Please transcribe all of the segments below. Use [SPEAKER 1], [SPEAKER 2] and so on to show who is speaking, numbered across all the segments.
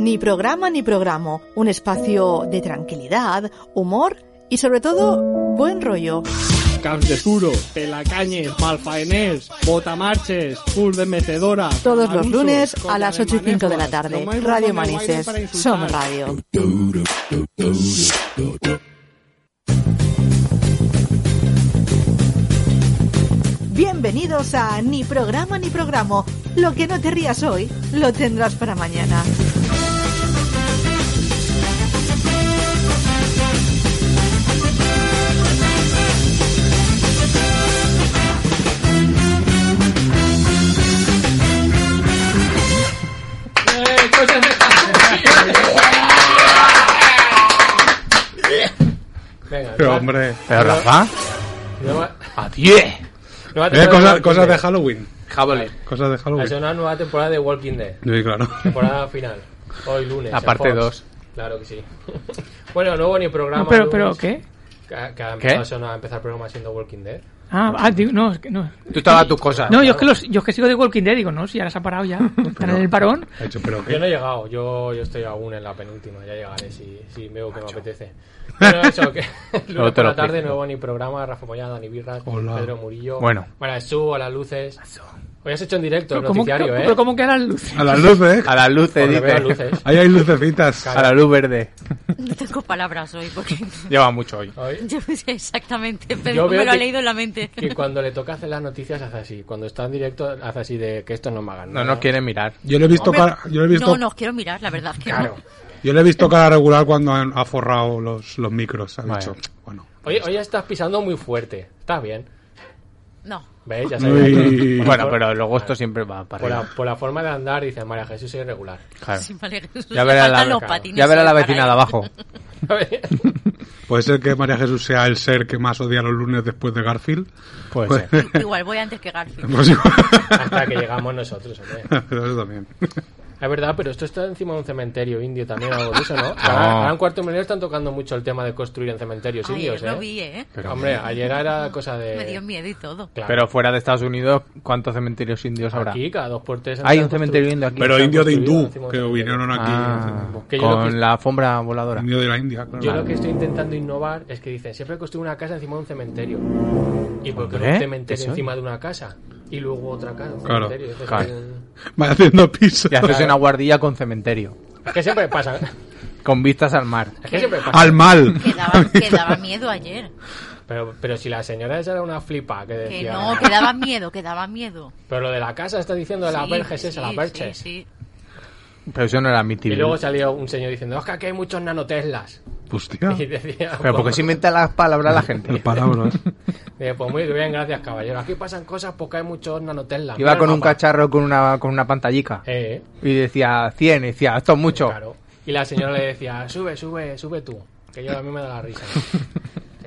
[SPEAKER 1] Ni programa ni programa, un espacio de tranquilidad, humor y sobre todo buen rollo.
[SPEAKER 2] Camps de Suro, Pelacañes, Malfaenés, Botamarches, Pur de Mecedora.
[SPEAKER 1] Todos los lunes a las 8 y 5 de la tarde. Radio Manises, Som Radio. Bienvenidos a Ni programa ni programa. Lo que no te rías hoy, lo tendrás para mañana.
[SPEAKER 3] Venga,
[SPEAKER 4] Pero
[SPEAKER 3] no-
[SPEAKER 4] hombre,
[SPEAKER 5] Pero Rafa,
[SPEAKER 3] no va-
[SPEAKER 5] a 10.
[SPEAKER 3] no va a
[SPEAKER 4] Eh,
[SPEAKER 3] tener
[SPEAKER 4] cosas,
[SPEAKER 3] Walking
[SPEAKER 4] cosas de
[SPEAKER 3] Dead.
[SPEAKER 4] Halloween.
[SPEAKER 3] Jabole.
[SPEAKER 4] Cosas de
[SPEAKER 3] Ha
[SPEAKER 4] Halloween.
[SPEAKER 3] sido una nueva temporada de Walking Dead.
[SPEAKER 4] Sí, claro.
[SPEAKER 3] Temporada final. Hoy lunes.
[SPEAKER 5] La
[SPEAKER 3] en
[SPEAKER 5] parte
[SPEAKER 3] Fox.
[SPEAKER 5] dos.
[SPEAKER 3] Claro que sí. bueno, no hubo ni programa.
[SPEAKER 6] No, pero,
[SPEAKER 3] lunes.
[SPEAKER 6] pero, ¿qué?
[SPEAKER 3] Que, ha- que ha
[SPEAKER 5] ¿Qué?
[SPEAKER 3] empezado eso, no, a empezar programa siendo Walking Dead.
[SPEAKER 6] Ah, ah, digo, no, es que no.
[SPEAKER 5] Tú estabas a tus cosas.
[SPEAKER 6] No, yo es que, los, yo es que sigo de Walking Dead, digo, no, si ahora se ha parado ya. Están en el parón.
[SPEAKER 4] Ha dicho, pero
[SPEAKER 3] Yo
[SPEAKER 4] qué.
[SPEAKER 3] no he llegado, yo, yo estoy aún en la penúltima, ya llegaré si, si veo que me apetece. Pero eso, que luego
[SPEAKER 5] Luego te
[SPEAKER 3] por
[SPEAKER 5] lo
[SPEAKER 3] la tarde
[SPEAKER 5] explico.
[SPEAKER 3] no hubo ni programa, Rafa Mollada, ni Birras,
[SPEAKER 4] Hola.
[SPEAKER 3] Pedro Murillo.
[SPEAKER 5] Bueno.
[SPEAKER 3] Bueno, subo a las luces. Hoy has hecho en directo el
[SPEAKER 6] Pero ¿cómo,
[SPEAKER 3] noticiario, ¿eh?
[SPEAKER 6] pero ¿cómo queda la luz?
[SPEAKER 4] A las luces.
[SPEAKER 5] A la luz, eh,
[SPEAKER 3] Porque
[SPEAKER 5] dice.
[SPEAKER 3] veo luces.
[SPEAKER 4] Ahí hay lucecitas.
[SPEAKER 5] A la luz verde.
[SPEAKER 7] No tengo palabras hoy porque
[SPEAKER 5] Lleva mucho hoy.
[SPEAKER 3] Hoy,
[SPEAKER 7] yo no sé exactamente,
[SPEAKER 3] Yo
[SPEAKER 7] pero
[SPEAKER 3] veo
[SPEAKER 7] me lo ha
[SPEAKER 3] que-
[SPEAKER 7] leído en la mente.
[SPEAKER 3] que cuando le toca hacer las noticias hace así. Cuando está en directo hace así de que esto no me hagan
[SPEAKER 5] No
[SPEAKER 3] nada.
[SPEAKER 5] nos quieren mirar.
[SPEAKER 4] Yo le he visto,
[SPEAKER 7] Hombre,
[SPEAKER 4] cara, yo le he visto,
[SPEAKER 7] No, no, os quiero mirar, la verdad es que no.
[SPEAKER 3] Claro.
[SPEAKER 4] yo le he visto cara regular cuando han, ha forrado los, los micros. Ha
[SPEAKER 5] Vale.
[SPEAKER 4] dicho, bueno.
[SPEAKER 3] Hoy, hoy estás pisando muy fuerte. Estás bien.
[SPEAKER 7] No.
[SPEAKER 3] ¿Ves? Ya sabía que-
[SPEAKER 4] Muy-
[SPEAKER 5] Bueno,
[SPEAKER 3] por-
[SPEAKER 5] pero luego esto siempre va para
[SPEAKER 3] Por la,
[SPEAKER 5] arriba.
[SPEAKER 3] por la forma de andar, dice María Jesús es irregular.
[SPEAKER 5] Claro.
[SPEAKER 7] sí, vale,
[SPEAKER 5] Ya verá
[SPEAKER 7] faltan
[SPEAKER 5] la,
[SPEAKER 7] los patines
[SPEAKER 5] ya verá la
[SPEAKER 7] hoy para
[SPEAKER 5] vecina de
[SPEAKER 7] ir.
[SPEAKER 5] abajo.
[SPEAKER 4] Puede ser que María Jesús sea el ser que más odia los lunes después de Garfield.
[SPEAKER 5] Puede ser.
[SPEAKER 7] Igual voy antes que Garfield.
[SPEAKER 4] Pues igual.
[SPEAKER 3] Hasta que llegamos nosotros, hombre.
[SPEAKER 4] Pero eso también.
[SPEAKER 3] Es verdad, pero esto está encima de un cementerio indio también, algo de eso, ¿no? Ahora, ahora en Cuarto Milenio están tocando mucho el tema de construir en cementerios indios,
[SPEAKER 7] Ayer
[SPEAKER 3] ¿eh?
[SPEAKER 7] lo vi, ¿eh?
[SPEAKER 3] Hombre, ayer era cosa de...
[SPEAKER 7] Me dio miedo y todo.
[SPEAKER 3] Claro.
[SPEAKER 5] Pero fuera de Estados Unidos, ¿cuántos cementerios indios habrá?
[SPEAKER 3] Aquí, cada dos puertas...
[SPEAKER 5] Hay un cementerio indio aquí.
[SPEAKER 4] Pero
[SPEAKER 3] está
[SPEAKER 4] indio de
[SPEAKER 3] construido
[SPEAKER 4] hindú,
[SPEAKER 3] encima de
[SPEAKER 4] que
[SPEAKER 3] un cementerio.
[SPEAKER 4] vinieron aquí.
[SPEAKER 5] Ah,
[SPEAKER 3] Que yo lo que-
[SPEAKER 5] con la alfombra voladora.
[SPEAKER 4] Indio de la India, claro.
[SPEAKER 3] Yo lo que estoy intentando innovar es que dicen, siempre construye una casa encima de un cementerio. ¿Y por qué no
[SPEAKER 5] Hombre,
[SPEAKER 3] un cementerio
[SPEAKER 5] eso.
[SPEAKER 3] encima de una casa? Y luego otra casa, un
[SPEAKER 4] Claro,
[SPEAKER 3] cementerio. Entonces,
[SPEAKER 5] claro.
[SPEAKER 3] un-
[SPEAKER 4] Va haciendo piso.
[SPEAKER 5] Y haces una guardilla con cementerio.
[SPEAKER 3] Es que siempre pasa.
[SPEAKER 5] Con vistas al mar.
[SPEAKER 3] Es que siempre pasa.
[SPEAKER 4] Al mal.
[SPEAKER 7] Que daba, que daba miedo ayer.
[SPEAKER 3] Pero, pero si la señora esa era una flipa que
[SPEAKER 7] Que
[SPEAKER 3] decía...
[SPEAKER 7] no, que daba miedo, que daba miedo.
[SPEAKER 3] Pero lo de la casa está diciendo de las
[SPEAKER 7] Sí,
[SPEAKER 3] verges
[SPEAKER 7] sí,
[SPEAKER 3] esa, las verges.
[SPEAKER 7] Sí, sí.
[SPEAKER 5] Pero eso no era mi
[SPEAKER 3] Y
[SPEAKER 5] tibio.
[SPEAKER 3] luego salió un señor diciendo, Oscar, que hay muchos nanoteslas.
[SPEAKER 4] Hostia.
[SPEAKER 3] Y decía, "Pues,
[SPEAKER 5] Pero porque se inventa las palabras la gente.
[SPEAKER 4] Palabras.
[SPEAKER 3] Dice, pues muy bien, gracias, caballero. Aquí pasan cosas porque hay muchos nanoteslas.
[SPEAKER 5] Iba
[SPEAKER 3] Mira
[SPEAKER 5] con
[SPEAKER 3] el
[SPEAKER 5] un
[SPEAKER 3] mapa.
[SPEAKER 5] cacharro con una, con una pantallica.
[SPEAKER 3] Eh, eh,
[SPEAKER 5] Y decía 100, y decía, esto es mucho.
[SPEAKER 3] claro. Y la señora le decía, sube, sube, sube tú. Que yo a mí me da la risa. Sí,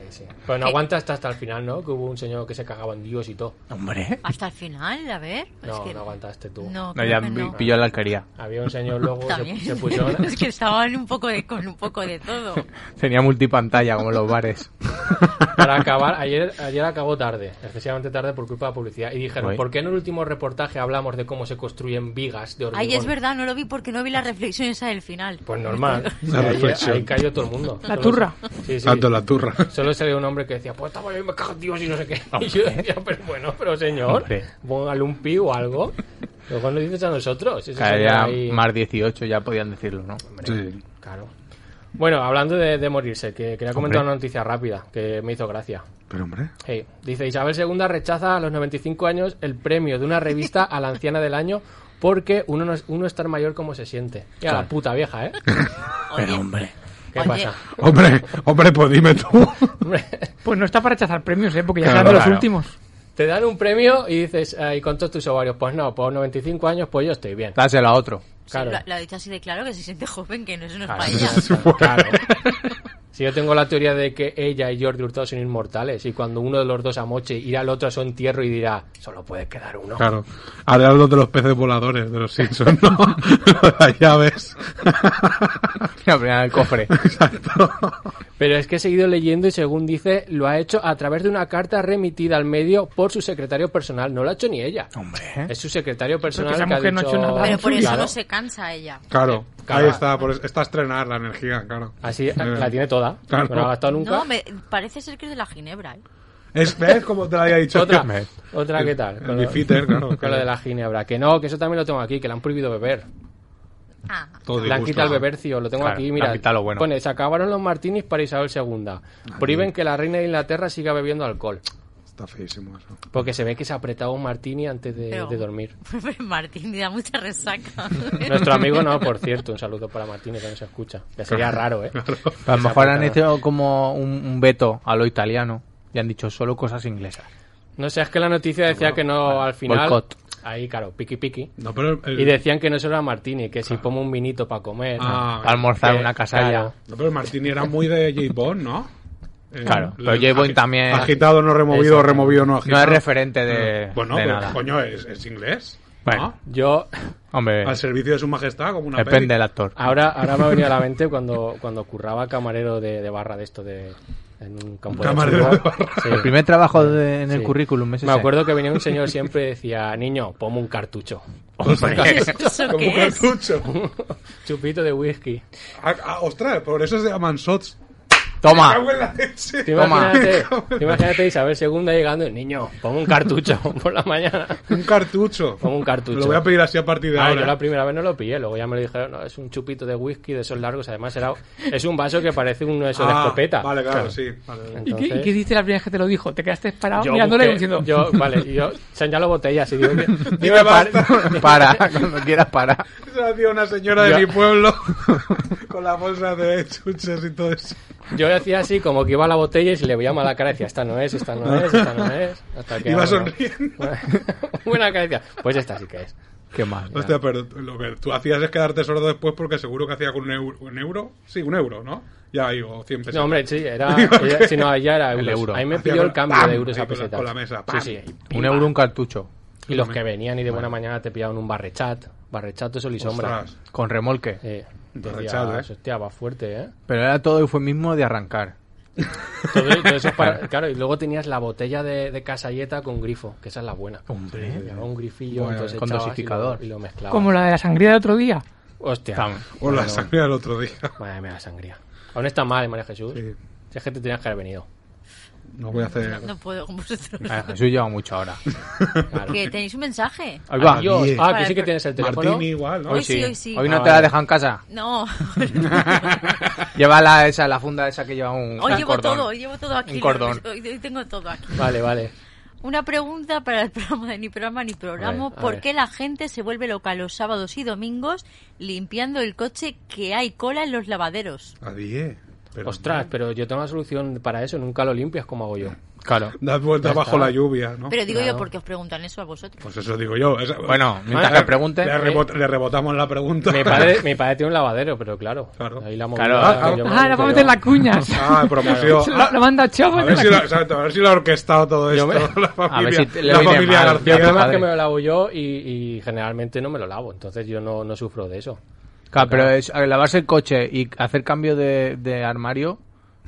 [SPEAKER 3] sí. Pero no aguanta hasta, hasta el final, ¿no? Que hubo un señor que se cagaba en Dios y todo.
[SPEAKER 5] Hombre.
[SPEAKER 7] Hasta el final, a ver. es
[SPEAKER 3] No,
[SPEAKER 7] que...
[SPEAKER 3] no aguantaste tú.
[SPEAKER 7] No,
[SPEAKER 5] No,
[SPEAKER 7] creo
[SPEAKER 5] ya
[SPEAKER 7] que
[SPEAKER 5] me
[SPEAKER 7] no.
[SPEAKER 5] pilló la alquería.
[SPEAKER 3] Había un señor luego, se,
[SPEAKER 7] También.
[SPEAKER 3] se pusieron...
[SPEAKER 7] es que estaban un poco de, con un poco de todo.
[SPEAKER 5] Tenía multipantalla como los bares.
[SPEAKER 3] Para acabar, ayer, ayer acabó tarde, excesivamente tarde por culpa de la publicidad. Y dijeron,
[SPEAKER 5] Uy.
[SPEAKER 3] ¿por qué en el último reportaje hablamos de cómo se construyen vigas de hormigón?
[SPEAKER 7] Ay, es verdad, no lo vi porque no vi la reflexión esa del final.
[SPEAKER 3] Pues normal.
[SPEAKER 4] Una
[SPEAKER 3] Ahí- ahí,
[SPEAKER 4] reflexión.
[SPEAKER 3] cayó todo el mundo.
[SPEAKER 6] La
[SPEAKER 3] Solo-
[SPEAKER 6] turra.
[SPEAKER 3] Sí, sí.
[SPEAKER 4] Tanto la turra.
[SPEAKER 3] Solo salió un hombre que decía, pues estaba yo me cago en Dios y no sé qué. Y yo decía, pero bueno, pero señor,
[SPEAKER 5] Hombre.
[SPEAKER 3] póngale un pi o algo. Luego nos dices a nosotros. Ese
[SPEAKER 5] Cada
[SPEAKER 3] señor
[SPEAKER 5] día
[SPEAKER 3] ahí-
[SPEAKER 5] más 18 ya podían decirlo, ¿no?
[SPEAKER 4] Sí.
[SPEAKER 3] Claro. Bueno, hablando de, de morirse, que quería comentar
[SPEAKER 5] Hombre.
[SPEAKER 3] una noticia rápida que me hizo gracia.
[SPEAKER 4] Pero hombre.
[SPEAKER 3] Hey, dice Isabel II rechaza a los 95 años el premio de una revista a la anciana del año porque uno no es, uno es tan mayor como se siente. Y a la
[SPEAKER 5] Claro.
[SPEAKER 3] puta vieja, ¿eh?
[SPEAKER 7] Oye,
[SPEAKER 3] ¿Qué
[SPEAKER 7] Oye.
[SPEAKER 3] pasa?
[SPEAKER 4] Hombre, hombre, pues dime tú.
[SPEAKER 3] Hombre,
[SPEAKER 6] Pues no está para rechazar premios, ¿eh? Porque ya
[SPEAKER 5] Claro,
[SPEAKER 6] serán de los
[SPEAKER 5] claro.
[SPEAKER 6] últimos.
[SPEAKER 3] te dan un premio y dices, ¿y cuántos tus ovarios? Pues no, por 95 años, pues yo estoy bien.
[SPEAKER 5] Dáselo a otro.
[SPEAKER 3] Claro.
[SPEAKER 7] sí, lo, lo ha dicho así de claro que se siente joven, que no es una
[SPEAKER 3] Claro.
[SPEAKER 7] España.
[SPEAKER 3] Claro. Si yo tengo la teoría de que ella y Jordi Hurtado son inmortales y cuando uno de los dos amoche irá al otro a su entierro y dirá, solo puede quedar uno.
[SPEAKER 4] Claro. Ahora hablo de los peces voladores, de los Simpsons, ¿no? Las llaves.
[SPEAKER 5] La primera del cofre.
[SPEAKER 4] Exacto.
[SPEAKER 3] Pero es que he seguido leyendo y según dice, lo ha hecho a través de una carta remitida al medio por su secretario personal. No lo ha hecho ni ella.
[SPEAKER 8] Hombre,
[SPEAKER 3] Es su secretario personal
[SPEAKER 6] esa
[SPEAKER 3] que ha
[SPEAKER 6] mujer no ha
[SPEAKER 3] dicho-
[SPEAKER 6] hecho nada.
[SPEAKER 7] Pero por eso
[SPEAKER 3] Claro.
[SPEAKER 7] no se cansa ella.
[SPEAKER 4] Claro,
[SPEAKER 3] Claro.
[SPEAKER 4] ahí está, por es- está estrenada la energía, claro.
[SPEAKER 3] Así
[SPEAKER 4] Eh,
[SPEAKER 3] la tiene toda.
[SPEAKER 4] Claro.
[SPEAKER 3] No la ha gastado nunca.
[SPEAKER 7] No, me, parece ser que es de la Ginebra, ¿eh?
[SPEAKER 4] Es, ¿ves? Como te lo había dicho.
[SPEAKER 3] Otra,
[SPEAKER 4] antes.
[SPEAKER 3] otra, ¿qué
[SPEAKER 4] El-
[SPEAKER 3] tal?
[SPEAKER 4] el
[SPEAKER 3] lo-
[SPEAKER 4] bifitter, claro,
[SPEAKER 3] Con
[SPEAKER 4] claro.
[SPEAKER 3] lo de la ginebra. Que no, que eso también lo tengo aquí, que le han prohibido beber.
[SPEAKER 7] Ah,
[SPEAKER 4] Todo
[SPEAKER 3] Le han
[SPEAKER 4] disgusto.
[SPEAKER 3] quitado el bebercio, lo tengo
[SPEAKER 8] Claro,
[SPEAKER 3] aquí,
[SPEAKER 8] le
[SPEAKER 3] mira.
[SPEAKER 8] han quitado lo bueno. Ah,
[SPEAKER 3] Pone, se acabaron los martinis para Isabel II. Prohíben que la reina de Inglaterra siga bebiendo alcohol.
[SPEAKER 4] Está feísimo eso.
[SPEAKER 3] Porque se ve que se apretaba un martini antes de,
[SPEAKER 7] Pero-
[SPEAKER 3] de dormir.
[SPEAKER 7] Martín, me da mucha resaca.
[SPEAKER 3] Nuestro amigo no, por cierto, un saludo para Martini que no se escucha. Que sería raro, ¿eh?
[SPEAKER 8] a lo Pues mejor han hecho como un, un veto a lo italiano y han dicho solo cosas inglesas.
[SPEAKER 3] No sé, es que la noticia decía que no al final.
[SPEAKER 8] Boicot.
[SPEAKER 3] Ahí, claro, piqui piqui.
[SPEAKER 4] No, pero el,
[SPEAKER 3] Y decían que no solo era Martini, que si pongo un vinito para comer.
[SPEAKER 4] Ah,
[SPEAKER 8] Para almorzar
[SPEAKER 3] Que-
[SPEAKER 8] una casalla.
[SPEAKER 3] claro.
[SPEAKER 4] no, pero Martini era muy de J. Bond, ¿no? Eh,
[SPEAKER 8] Claro, pero
[SPEAKER 4] el-
[SPEAKER 8] J. Bond
[SPEAKER 4] agi-
[SPEAKER 8] también-
[SPEAKER 4] Agitado, no removido,
[SPEAKER 8] Exacto.
[SPEAKER 4] removido, no
[SPEAKER 8] No
[SPEAKER 4] agitado.
[SPEAKER 8] es referente de-
[SPEAKER 4] Bueno,
[SPEAKER 8] de
[SPEAKER 4] pero,
[SPEAKER 8] nada.
[SPEAKER 4] coño, es, es inglés.
[SPEAKER 8] Bueno,
[SPEAKER 3] Yo,
[SPEAKER 8] hombre,
[SPEAKER 4] ¿no? Al servicio de su majestad, como una peli.
[SPEAKER 8] depende del actor.
[SPEAKER 3] ahora, ahora me ha venido a la mente cuando, cuando curraba camarero de, de barra de esto de. En un campo
[SPEAKER 4] Camarero
[SPEAKER 3] de
[SPEAKER 4] de
[SPEAKER 3] fútbol.
[SPEAKER 4] barra.
[SPEAKER 3] Sí.
[SPEAKER 8] El primer trabajo de- en el
[SPEAKER 3] Sí.
[SPEAKER 8] currículum es
[SPEAKER 3] Me
[SPEAKER 8] ese.
[SPEAKER 3] acuerdo que venía un señor siempre y decía, niño, ponme un cartucho.
[SPEAKER 7] ¿Eso
[SPEAKER 4] Como un
[SPEAKER 7] qué es?
[SPEAKER 4] cartucho.
[SPEAKER 3] Chupito de whisky.
[SPEAKER 4] Ah, ah, ostras, por eso se llaman shots.
[SPEAKER 8] Toma,
[SPEAKER 4] Cago en la leche.
[SPEAKER 3] Tú
[SPEAKER 8] Toma.
[SPEAKER 3] imagínate, tú imagínate Isabel II llegando y, niño, ponme un cartucho por la mañana.
[SPEAKER 4] Un cartucho.
[SPEAKER 3] Como un cartucho.
[SPEAKER 4] Lo voy a pedir así a partir de
[SPEAKER 3] Ah, yo
[SPEAKER 4] ahora.
[SPEAKER 3] la primera vez no lo pillé, luego ya me lo dijeron, no, es un chupito de whisky de esos largos, además era, es un vaso que parece uno de esos de
[SPEAKER 4] Ah,
[SPEAKER 3] escopeta.
[SPEAKER 4] Vale, claro, sí. Vale, vale.
[SPEAKER 6] ¿Y qué,
[SPEAKER 3] Entonces-
[SPEAKER 6] y qué hiciste la primera vez que te lo dijo? ¿Te quedaste parado
[SPEAKER 3] Yo
[SPEAKER 6] mirándole y
[SPEAKER 3] busqué-
[SPEAKER 6] diciendo
[SPEAKER 3] yo, vale, yo señalo botellas y digo, "Di- dime,
[SPEAKER 4] Dime
[SPEAKER 3] par-
[SPEAKER 4] basta.
[SPEAKER 8] para, cuando quieras para.
[SPEAKER 4] Se hacía una señora de
[SPEAKER 3] Ya.
[SPEAKER 4] mi pueblo con la bolsa de chuches y todo eso.
[SPEAKER 3] Yo decía así, como que iba a la botella y se le veía mala cara, decía, esta no es, esta no es, esta no es. Hasta que,
[SPEAKER 4] Iba
[SPEAKER 3] bueno,
[SPEAKER 4] sonriendo.
[SPEAKER 3] Buena cara, decía, pues esta sí que es.
[SPEAKER 8] Qué mal.
[SPEAKER 4] Hostia, pero lo que tú hacías es quedarte sordo después porque seguro que hacía con un euro. ¿Un euro? Sí, un euro, ¿no? Ya digo, 100 pesos.
[SPEAKER 3] No, hombre, sí, era, ella- si no, allá era euros.
[SPEAKER 8] euro.
[SPEAKER 3] Ahí me
[SPEAKER 4] Pues Hacía
[SPEAKER 3] pilló
[SPEAKER 4] con-
[SPEAKER 3] el cambio
[SPEAKER 4] ¡pam!
[SPEAKER 3] de euros
[SPEAKER 4] Ahí
[SPEAKER 3] a
[SPEAKER 4] con la-
[SPEAKER 3] pesetas.
[SPEAKER 4] con la mesa, ¡pam!
[SPEAKER 3] Sí, sí.
[SPEAKER 8] Un euro, un cartucho.
[SPEAKER 3] Y los que venían y de buena mañana te pillaban un barrechat, barrechat de sol y sombra.
[SPEAKER 4] Ostras.
[SPEAKER 8] Con remolque.
[SPEAKER 3] Sí.
[SPEAKER 4] Barrechat,
[SPEAKER 3] Decías,
[SPEAKER 4] ¿eh?
[SPEAKER 3] Hostia, va fuerte, ¿eh?
[SPEAKER 8] Pero era todo eufemismo de arrancar.
[SPEAKER 3] Todo, todo eso para- claro, y luego tenías la botella de, de casalleta con grifo, que esa es la buena.
[SPEAKER 8] Hombre.
[SPEAKER 3] Llevaba un grifillo,
[SPEAKER 8] Bueno,
[SPEAKER 3] entonces
[SPEAKER 8] con
[SPEAKER 3] echabas y lo-
[SPEAKER 8] dosificador.
[SPEAKER 3] Y lo, mezclabas.
[SPEAKER 6] como la de la sangría del otro día?
[SPEAKER 3] Hostia.
[SPEAKER 4] O la sangre del otro día.
[SPEAKER 3] Madre mía, la sangría. Aún está mal, María Jesús.
[SPEAKER 4] Sí.
[SPEAKER 3] Si es que te tenías que haber venido.
[SPEAKER 4] No voy a hacer.
[SPEAKER 7] No puedo con vosotros.
[SPEAKER 8] Ay, Ah, Jesús lleva mucho ahora.
[SPEAKER 3] Claro.
[SPEAKER 7] Que tenéis un mensaje.
[SPEAKER 8] Ahí va.
[SPEAKER 3] Adiós.
[SPEAKER 4] bien.
[SPEAKER 3] Ah, que sí que tienes el teléfono.
[SPEAKER 4] Martini igual, ¿no?
[SPEAKER 7] Hoy sí, hoy sí.
[SPEAKER 8] Hoy no
[SPEAKER 3] Ah,
[SPEAKER 8] te la
[SPEAKER 3] vale.
[SPEAKER 8] dejan en casa.
[SPEAKER 7] No,
[SPEAKER 8] Lleva la, esa, la funda esa que lleva un,
[SPEAKER 7] hoy
[SPEAKER 8] un
[SPEAKER 7] llevo
[SPEAKER 8] cordón.
[SPEAKER 7] todo, hoy llevo todo aquí.
[SPEAKER 8] Un cordón.
[SPEAKER 7] Hoy, hoy tengo todo aquí.
[SPEAKER 3] Vale, vale.
[SPEAKER 7] Una pregunta para el programa de Ni Programa Ni Programa.
[SPEAKER 3] A ver, a
[SPEAKER 7] ¿Por
[SPEAKER 3] ver.
[SPEAKER 7] qué la gente se vuelve loca los sábados y domingos limpiando el coche que hay cola en los lavaderos?
[SPEAKER 4] A 10. Pero
[SPEAKER 3] Ostras, pero yo tengo una solución para eso. Nunca lo limpias como hago yo. Claro.
[SPEAKER 4] Das vueltas
[SPEAKER 3] Ya
[SPEAKER 4] bajo
[SPEAKER 3] está.
[SPEAKER 4] la lluvia, ¿no?
[SPEAKER 7] Pero digo
[SPEAKER 3] Claro.
[SPEAKER 7] yo porque os preguntan eso a vosotros.
[SPEAKER 4] Pues eso digo yo. esa- Ah,
[SPEAKER 8] Bueno, mientras
[SPEAKER 3] Vale.
[SPEAKER 8] que pregunten.
[SPEAKER 4] le, rebot- le rebotamos la pregunta.
[SPEAKER 3] Mi padre, mi padre tiene un lavadero, pero claro.
[SPEAKER 4] Claro.
[SPEAKER 3] Ahí la
[SPEAKER 8] Claro.
[SPEAKER 3] movida
[SPEAKER 4] Ah,
[SPEAKER 3] que yo me
[SPEAKER 6] Ah, la va a
[SPEAKER 3] meto
[SPEAKER 6] meter
[SPEAKER 3] yo.
[SPEAKER 6] las cuñas.
[SPEAKER 4] Ah, promoción.
[SPEAKER 6] Lo, lo manda Chavo.
[SPEAKER 4] A
[SPEAKER 6] mete
[SPEAKER 4] ver,
[SPEAKER 6] la
[SPEAKER 4] si lo,
[SPEAKER 6] cuña.
[SPEAKER 4] exacto, a ver si lo ha orquestado todo
[SPEAKER 3] Yo
[SPEAKER 4] esto.
[SPEAKER 3] me-
[SPEAKER 4] La familia,
[SPEAKER 8] A ver si te- le
[SPEAKER 4] la
[SPEAKER 8] viene
[SPEAKER 4] familia
[SPEAKER 8] mal.
[SPEAKER 3] Y el
[SPEAKER 4] García.
[SPEAKER 8] Yo-
[SPEAKER 3] problema es
[SPEAKER 8] padre.
[SPEAKER 3] que me lo lavo yo y, y generalmente no me lo lavo. Entonces yo no, no sufro de eso.
[SPEAKER 8] Claro, pero es eh, lavarse el coche y hacer cambio de, de armario.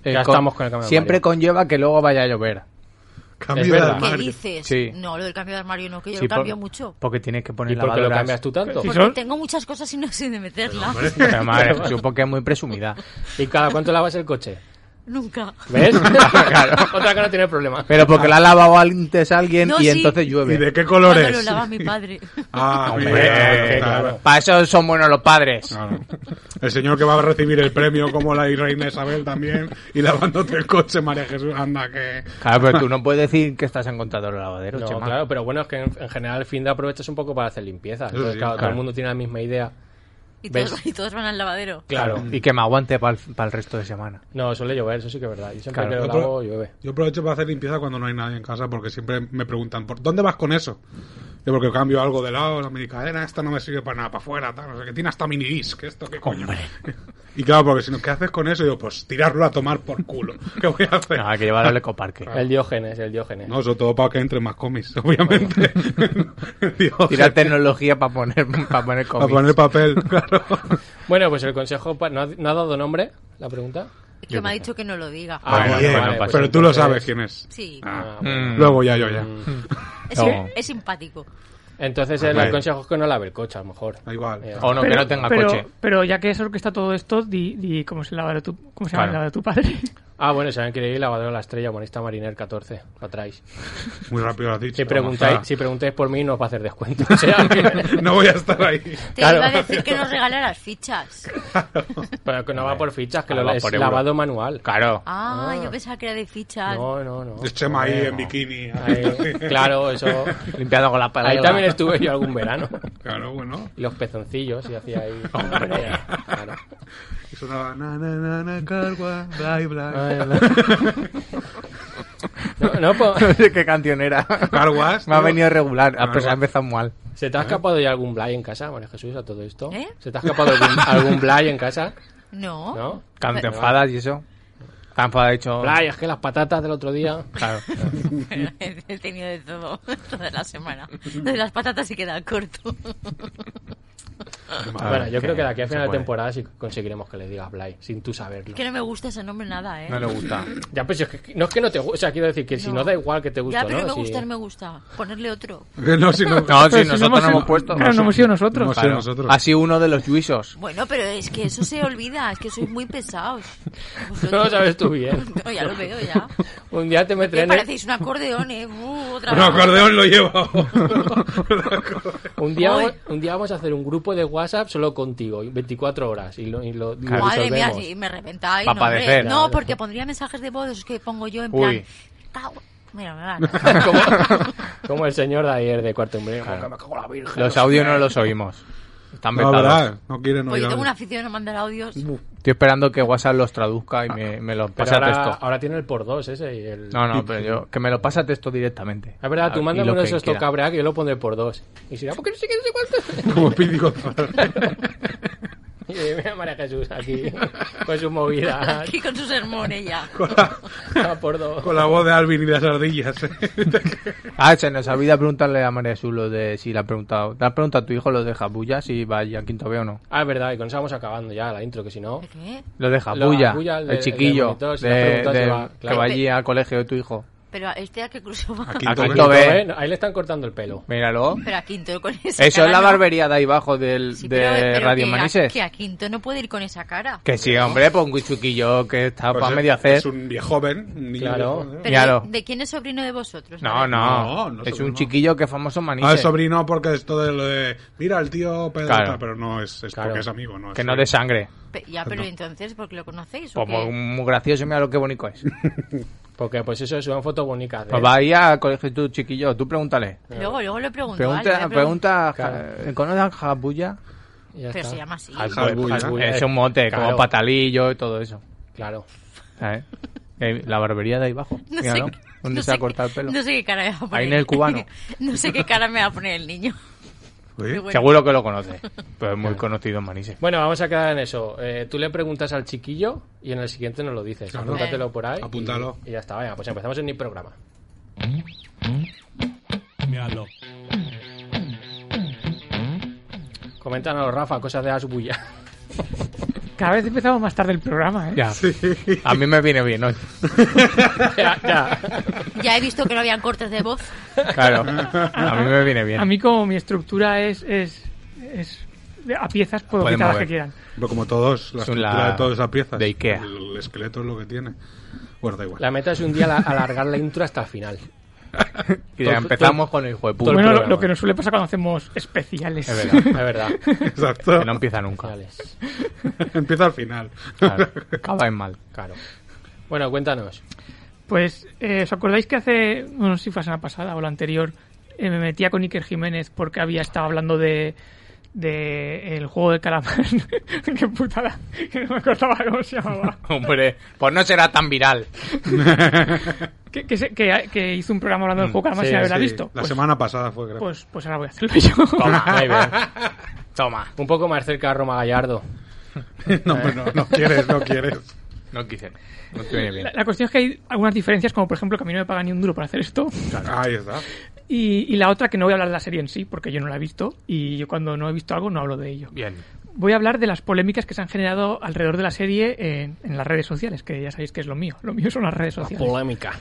[SPEAKER 8] eh,
[SPEAKER 3] Ya estamos con el cambio de
[SPEAKER 8] Siempre
[SPEAKER 3] armario.
[SPEAKER 8] conlleva que luego vaya a llover.
[SPEAKER 4] Cambio
[SPEAKER 3] Es
[SPEAKER 4] de
[SPEAKER 3] verdad.
[SPEAKER 7] ¿Qué
[SPEAKER 4] armario.
[SPEAKER 7] dices?
[SPEAKER 8] Sí.
[SPEAKER 7] No, lo del cambio de armario no, que yo
[SPEAKER 8] Sí,
[SPEAKER 7] lo
[SPEAKER 8] por-
[SPEAKER 7] cambio mucho.
[SPEAKER 8] Porque tienes que poner
[SPEAKER 3] ¿Y por qué lo
[SPEAKER 8] lavadoras.
[SPEAKER 3] cambias tú tanto?
[SPEAKER 6] Sí,
[SPEAKER 7] Porque
[SPEAKER 6] son-
[SPEAKER 7] tengo muchas cosas y no sé de meterlas.
[SPEAKER 8] Pero, madre, yo porque es muy presumida.
[SPEAKER 3] ¿Y cada cuánto lavas el coche?
[SPEAKER 7] Nunca.
[SPEAKER 3] ¿Ves? Otra que no tiene problema.
[SPEAKER 8] Pero porque la ha lavado antes alguien
[SPEAKER 7] No,
[SPEAKER 8] y
[SPEAKER 7] sí.
[SPEAKER 8] entonces
[SPEAKER 4] ¿Y
[SPEAKER 8] llueve.
[SPEAKER 4] de qué
[SPEAKER 7] Cuando lo
[SPEAKER 4] colores?
[SPEAKER 7] lava mi padre.
[SPEAKER 4] Ah,
[SPEAKER 3] Hombre,
[SPEAKER 8] Eh,
[SPEAKER 4] mira,
[SPEAKER 3] sí,
[SPEAKER 4] claro.
[SPEAKER 3] claro.
[SPEAKER 8] Para eso son buenos los padres.
[SPEAKER 4] Claro. El señor que va a recibir el premio como la reina Isabel también y lavándote el coche, María Jesús, anda que...
[SPEAKER 8] Claro, pero tú no puedes decir que estás encontrado el lavadero,
[SPEAKER 3] No,
[SPEAKER 8] Chema.
[SPEAKER 3] claro, pero bueno, es que en, en general el fin de aprovechas un poco para hacer limpieza. Entonces,
[SPEAKER 4] sí,
[SPEAKER 3] claro, todo
[SPEAKER 8] claro.
[SPEAKER 3] el mundo tiene la misma idea.
[SPEAKER 7] Y todos,
[SPEAKER 3] ¿Ves?
[SPEAKER 7] y todos van al lavadero.
[SPEAKER 3] Claro.
[SPEAKER 8] Y que me aguante para el, resto de semana.
[SPEAKER 3] No, suele llover, eso sí que es verdad. Yo siempre
[SPEAKER 8] Claro.
[SPEAKER 3] que lo lavo, llueve.
[SPEAKER 4] Yo aprovecho para hacer limpieza cuando no hay nadie en casa porque siempre me preguntan, ¿por dónde vas con eso? Yo porque cambio algo de lado, la mi cadena, esta no me sirve para nada, para afuera, tal, no sé qué, tiene hasta minidisc, esto qué coño. Y claro, porque si no, ¿qué haces con eso? Yo, pues tirarlo a tomar por culo. ¿Qué voy a hacer?
[SPEAKER 8] Pues, No, hay que llevarlo al ecoparque.
[SPEAKER 3] El diógenes, el diógenes.
[SPEAKER 4] No, sobre todo para que entren más cómics, obviamente. Dios,
[SPEAKER 8] Tirar tecnología para poner, para poner
[SPEAKER 4] a
[SPEAKER 8] cómics.
[SPEAKER 4] poner papel, claro.
[SPEAKER 3] Bueno, pues el consejo... pa- ¿no ha, no ha dado nombre la pregunta?
[SPEAKER 7] Es que me ha dicho que no lo diga.
[SPEAKER 3] Ah,
[SPEAKER 4] Vale,
[SPEAKER 3] bueno,
[SPEAKER 4] bien,
[SPEAKER 3] vale, pues
[SPEAKER 4] pero tú lo
[SPEAKER 3] entonces-
[SPEAKER 4] sabes quién es.
[SPEAKER 7] Sí,
[SPEAKER 4] Ah,
[SPEAKER 8] Mm.
[SPEAKER 4] Luego ya, yo ya.
[SPEAKER 7] es,
[SPEAKER 8] No.
[SPEAKER 7] es simpático.
[SPEAKER 3] Entonces el
[SPEAKER 4] Vale.
[SPEAKER 3] consejo es que no lave el coche, a lo mejor.
[SPEAKER 4] Da igual. Oh,
[SPEAKER 3] Eh,
[SPEAKER 8] O no, que no tenga
[SPEAKER 6] pero,
[SPEAKER 8] coche.
[SPEAKER 6] Pero ya que eso que está todo esto, di, di cómo se, lava tu, cómo se llama
[SPEAKER 8] Claro.
[SPEAKER 6] el lavado de tu padre.
[SPEAKER 3] Ah, bueno, se han querido ir lavadero de la estrella, bonista Mariner 14. Lo traéis.
[SPEAKER 4] Muy rápido lo has dicho. ah.
[SPEAKER 3] Si preguntáis, si preguntáis por mí, no os va a hacer descuento. O sea, que-
[SPEAKER 4] No voy a estar ahí.
[SPEAKER 7] Te iba a decir que nos regalaras fichas.
[SPEAKER 3] pero que no va por fichas, que
[SPEAKER 8] Ah,
[SPEAKER 3] lo
[SPEAKER 8] va
[SPEAKER 3] es
[SPEAKER 8] por euro.
[SPEAKER 3] lavado manual.
[SPEAKER 8] Claro.
[SPEAKER 7] Ah, yo pensaba que era de fichas.
[SPEAKER 3] No, no, no.
[SPEAKER 4] Es Chema ahí en bikini.
[SPEAKER 3] Ahí- claro, eso.
[SPEAKER 8] Limpiando con la palabra.
[SPEAKER 3] Ahí también estuve yo algún verano.
[SPEAKER 4] Claro, bueno.
[SPEAKER 3] Y los pezoncillos, y hacía ahí. Claro.
[SPEAKER 4] Y sonaba na na na na cargua, bla y bla.
[SPEAKER 3] Ay, No, no, pues, po-
[SPEAKER 8] No sé qué canción era.
[SPEAKER 4] Carguas.
[SPEAKER 8] Me ha
[SPEAKER 4] tío.
[SPEAKER 8] venido regular, ah,
[SPEAKER 4] Claro.
[SPEAKER 8] pero se ha empezado mal.
[SPEAKER 3] ¿Se te ha escapado ya algún Blay en casa, María Jesús, a todo esto?
[SPEAKER 7] ¿Eh?
[SPEAKER 3] ¿Se te ha escapado algún, algún Blay en casa?
[SPEAKER 7] No.
[SPEAKER 3] ¿No?
[SPEAKER 8] Cuando te enfadas y eso. Te enfadas, dicho.
[SPEAKER 3] Blay, es que las patatas del otro día.
[SPEAKER 8] Claro.
[SPEAKER 7] He tenido de todo, toda la semana. De las patatas se queda corto.
[SPEAKER 8] Ah,
[SPEAKER 3] bueno, yo
[SPEAKER 8] que
[SPEAKER 3] creo que de aquí a
[SPEAKER 8] no se
[SPEAKER 3] final de
[SPEAKER 8] puede.
[SPEAKER 3] temporada sí conseguiremos que le digas Blay, sin tú saberlo.
[SPEAKER 7] Es que no me gusta ese nombre nada, ¿eh?
[SPEAKER 8] No le gusta.
[SPEAKER 3] Ya, pues es que, no es que no te guste, o sea, quiero decir que si
[SPEAKER 7] No.
[SPEAKER 3] no da igual que te guste,
[SPEAKER 7] ya, pero
[SPEAKER 3] ¿no?
[SPEAKER 7] me
[SPEAKER 3] Si-
[SPEAKER 7] gusta, no me gusta. Ponerle otro.
[SPEAKER 4] Que No, si no.
[SPEAKER 8] No,
[SPEAKER 6] Pero
[SPEAKER 8] si
[SPEAKER 6] si
[SPEAKER 8] nosotros
[SPEAKER 6] no hemos
[SPEAKER 8] no
[SPEAKER 6] sido-
[SPEAKER 8] hemos puesto.
[SPEAKER 6] Claro, no hemos sido nosotros.
[SPEAKER 4] No sé
[SPEAKER 8] Claro.
[SPEAKER 4] nosotros.
[SPEAKER 8] Ha sido uno de los juicios.
[SPEAKER 7] Bueno, pero es que eso se olvida, es que sois muy pesados. Vosotros-
[SPEAKER 3] No lo sabes tú bien.
[SPEAKER 7] No, ya lo veo, ya.
[SPEAKER 3] Un día te meteré
[SPEAKER 7] Que
[SPEAKER 3] en el-
[SPEAKER 7] parecéis un acordeón, ¿eh? Uh, otra
[SPEAKER 4] Bueno,
[SPEAKER 7] vez.
[SPEAKER 4] acordeón lo llevo.
[SPEAKER 3] un, día,
[SPEAKER 7] Ay.
[SPEAKER 3] vamos- un día vamos a hacer un grupo de WhatsApp solo contigo, y 24 horas, y lo, y lo- lo
[SPEAKER 7] Madre mía,
[SPEAKER 3] disolvemos.
[SPEAKER 7] si me reventáis.
[SPEAKER 8] Va a
[SPEAKER 7] no, hombre.
[SPEAKER 8] padecer.
[SPEAKER 7] No, porque pondría mensajes de voz esos que pongo yo en plan.
[SPEAKER 8] Uy.
[SPEAKER 7] "Cago-". Mira, me van.
[SPEAKER 3] como, como el señor de ayer de Cuarto Hombre. Me cago en la virgen.
[SPEAKER 8] Los audios no los oímos. Están
[SPEAKER 4] No,
[SPEAKER 8] vetados.
[SPEAKER 4] verdad. No quieren
[SPEAKER 7] Pues
[SPEAKER 4] oír
[SPEAKER 7] yo tengo
[SPEAKER 4] algo.
[SPEAKER 7] una afición a mandar audios.
[SPEAKER 8] Estoy esperando que WhatsApp los traduzca y me, me los
[SPEAKER 3] Pero
[SPEAKER 8] pase a
[SPEAKER 3] Pues ahora,
[SPEAKER 8] texto.
[SPEAKER 3] ahora tiene el por dos ese. Y el...
[SPEAKER 8] No, no, pero yo. Que me lo pase a texto directamente.
[SPEAKER 3] Es verdad, tú
[SPEAKER 8] Y
[SPEAKER 3] mándame
[SPEAKER 8] lo
[SPEAKER 3] uno de
[SPEAKER 8] que
[SPEAKER 3] esos
[SPEAKER 8] quiera.
[SPEAKER 3] tocabrea que yo lo pondré por dos. Y si no, porque no sé qué, no sé cuánto.
[SPEAKER 4] Como Pidi González.
[SPEAKER 3] Y yo, mira María Jesús aquí, con su movida.
[SPEAKER 7] Aquí con sus sermones ya.
[SPEAKER 4] Con la,
[SPEAKER 3] a por dos.
[SPEAKER 4] con la voz de Alvin y las ardillas. ¿eh?
[SPEAKER 8] Ah, se nos olvida preguntarle a María Jesús lo de si le ha preguntado. ¿Te has preguntado a tu hijo lo de Jabuya si va ya al quinto B o no?
[SPEAKER 3] Ah, es verdad, y con eso vamos acabando ya la intro, que si no.
[SPEAKER 7] ¿Qué?
[SPEAKER 8] Lo de
[SPEAKER 3] de
[SPEAKER 8] Jabuya,
[SPEAKER 3] Jabuya, el
[SPEAKER 8] el,
[SPEAKER 3] de- el del
[SPEAKER 8] chiquillo
[SPEAKER 3] monitor, si
[SPEAKER 8] de-
[SPEAKER 3] le has preguntado si
[SPEAKER 8] de-
[SPEAKER 3] va,
[SPEAKER 8] que
[SPEAKER 3] claro.
[SPEAKER 8] va allí al colegio de tu hijo.
[SPEAKER 7] Pero a este a qué curso va.
[SPEAKER 4] Aquí
[SPEAKER 8] A
[SPEAKER 4] toca-
[SPEAKER 8] quinto
[SPEAKER 3] Entonces,
[SPEAKER 8] B,
[SPEAKER 3] no, ahí le están cortando el pelo.
[SPEAKER 8] míralo.
[SPEAKER 7] Pero a quinto con esa
[SPEAKER 8] Eso
[SPEAKER 7] cara
[SPEAKER 8] es la
[SPEAKER 7] no.
[SPEAKER 8] barbería de ahí abajo del,
[SPEAKER 7] Sí,
[SPEAKER 8] de
[SPEAKER 7] pero- pero
[SPEAKER 8] Radio
[SPEAKER 7] que a-
[SPEAKER 8] Manises.
[SPEAKER 7] Que a quinto no puede ir con esa cara.
[SPEAKER 8] Que sí, hombre, pues un chiquillo que está
[SPEAKER 4] Pues
[SPEAKER 8] para
[SPEAKER 4] es-
[SPEAKER 8] medio hacer.
[SPEAKER 4] Es un viejo joven. Un niño
[SPEAKER 3] Claro.
[SPEAKER 4] viejo, ¿eh?
[SPEAKER 7] Pero
[SPEAKER 8] Míralo.
[SPEAKER 7] ¿de, de quién es sobrino de vosotros?
[SPEAKER 8] No, no,
[SPEAKER 4] No, no,
[SPEAKER 8] es
[SPEAKER 4] sobrino.
[SPEAKER 8] un chiquillo que es famoso en
[SPEAKER 4] Ah,
[SPEAKER 8] Manises.
[SPEAKER 4] es sobrino porque esto de, lo de mira el tío Pedro,
[SPEAKER 8] Claro.
[SPEAKER 4] tal, pero no es, es
[SPEAKER 3] Claro.
[SPEAKER 4] porque es amigo, no es
[SPEAKER 8] que no de
[SPEAKER 4] sobrino.
[SPEAKER 8] sangre.
[SPEAKER 7] Pe- ya, pero entonces, ¿por qué lo conocéis? o
[SPEAKER 8] Pues
[SPEAKER 7] qué?
[SPEAKER 8] muy, muy gracioso, mira lo que bonito es.
[SPEAKER 3] Porque, pues eso, suben fotos bonitas. de
[SPEAKER 8] Pues
[SPEAKER 3] él.
[SPEAKER 8] va ahí al colegio de tu chiquillo, tú pregúntale.
[SPEAKER 7] Luego, luego le pregunto.
[SPEAKER 8] Pregunta,
[SPEAKER 7] algo, le pregunto.
[SPEAKER 8] pregunta,
[SPEAKER 3] Claro.
[SPEAKER 8] ¿conoces a Jabuya?
[SPEAKER 3] Y ya
[SPEAKER 7] Pero
[SPEAKER 3] está.
[SPEAKER 7] se llama así.
[SPEAKER 3] Hal-
[SPEAKER 4] Halbulla.
[SPEAKER 3] Halbulla.
[SPEAKER 8] Es un mote,
[SPEAKER 3] Claro,
[SPEAKER 8] como patalillo y todo eso.
[SPEAKER 3] Claro.
[SPEAKER 8] ¿sabes? Eh, La barbería de ahí abajo.
[SPEAKER 7] No sé
[SPEAKER 8] míralo,
[SPEAKER 7] qué-
[SPEAKER 8] donde
[SPEAKER 7] no
[SPEAKER 8] se ha
[SPEAKER 7] sé
[SPEAKER 8] cortado el
[SPEAKER 7] qué-
[SPEAKER 8] pelo.
[SPEAKER 7] No sé qué cara me va a poner.
[SPEAKER 8] en el cubano.
[SPEAKER 7] no sé qué cara me va a poner el niño.
[SPEAKER 4] Oye,
[SPEAKER 7] Bueno,
[SPEAKER 8] Seguro que lo conoce. Pero es muy conocido en Manises.
[SPEAKER 3] Bueno, vamos a quedar en eso. Eh, tú le preguntas al chiquillo y en el siguiente nos lo dices.
[SPEAKER 4] Claro.
[SPEAKER 3] Apúntatelo por ahí. y-
[SPEAKER 4] Apúntalo.
[SPEAKER 3] Y, ya está, venga, pues empezamos en mi programa.
[SPEAKER 9] Míralo.
[SPEAKER 3] Coméntanos, Rafa, cosas de Asbuya.
[SPEAKER 6] Cada vez empezamos más tarde el programa, ¿eh?
[SPEAKER 8] Ya. A mí me viene bien hoy.
[SPEAKER 3] ya, ya.
[SPEAKER 7] Ya he visto que no habían cortes de voz.
[SPEAKER 8] Claro. A mí me viene bien.
[SPEAKER 6] A mí como mi estructura es... es, es de- a piezas puedo
[SPEAKER 8] Pueden
[SPEAKER 6] quitar las
[SPEAKER 8] mover.
[SPEAKER 6] que quieran.
[SPEAKER 4] Pero como todos, la
[SPEAKER 8] Son
[SPEAKER 4] estructura
[SPEAKER 8] la-
[SPEAKER 4] de todas esas piezas.
[SPEAKER 8] de Ikea.
[SPEAKER 4] El, el esqueleto es lo que tiene. Bueno, da igual.
[SPEAKER 3] La meta es un día la- alargar la intro hasta el final.
[SPEAKER 8] Y ya empezamos con el hijo de puta.
[SPEAKER 6] Bueno, lo, lo
[SPEAKER 3] programa.
[SPEAKER 6] que nos suele pasar cuando hacemos especiales.
[SPEAKER 8] Es
[SPEAKER 3] Es
[SPEAKER 8] verdad.
[SPEAKER 3] verdad.
[SPEAKER 4] Exacto.
[SPEAKER 8] Que no empieza nunca.
[SPEAKER 3] Vale,
[SPEAKER 4] Empieza al final.
[SPEAKER 8] Claro. Acaba en mal.
[SPEAKER 3] claro. Bueno, cuéntanos.
[SPEAKER 6] Pues, eh, ¿os acordáis que hace, no sé si fue la semana pasada o la anterior, eh, me metía con Iker Jiménez porque había estado hablando de, de el juego de calamar? ¡Qué putada! Que no me acordaba cómo se llamaba.
[SPEAKER 8] Hombre, pues no será tan viral.
[SPEAKER 6] Que, que, se- que- que hizo un programa
[SPEAKER 8] Mm,
[SPEAKER 6] hablando del juego de calamar
[SPEAKER 3] sí,
[SPEAKER 6] sin haberla
[SPEAKER 4] Sí,
[SPEAKER 6] visto.
[SPEAKER 4] La
[SPEAKER 6] Pues,
[SPEAKER 4] semana pasada fue, creo.
[SPEAKER 6] pues, pues ahora voy a hacerlo yo.
[SPEAKER 8] Toma.
[SPEAKER 3] Muy bien.
[SPEAKER 8] Toma.
[SPEAKER 3] Un poco más cerca a Roma Gallardo.
[SPEAKER 6] pues-
[SPEAKER 4] no, hombre, no, no quieres, no quieres.
[SPEAKER 8] No quise. No te viene bien.
[SPEAKER 6] La, la cuestión es que hay algunas diferencias, como por ejemplo que a mí no me pagan ni un duro para hacer esto.
[SPEAKER 4] Ahí está.
[SPEAKER 6] Y, y la otra que no voy a hablar de la serie en sí, porque yo no la he visto. Y yo cuando no he visto algo no hablo de ello.
[SPEAKER 8] Bien.
[SPEAKER 6] voy a hablar de las polémicas que se han generado alrededor de la serie en, en las redes sociales, que ya sabéis que es lo mío. Lo mío son las redes sociales.
[SPEAKER 3] Polémica.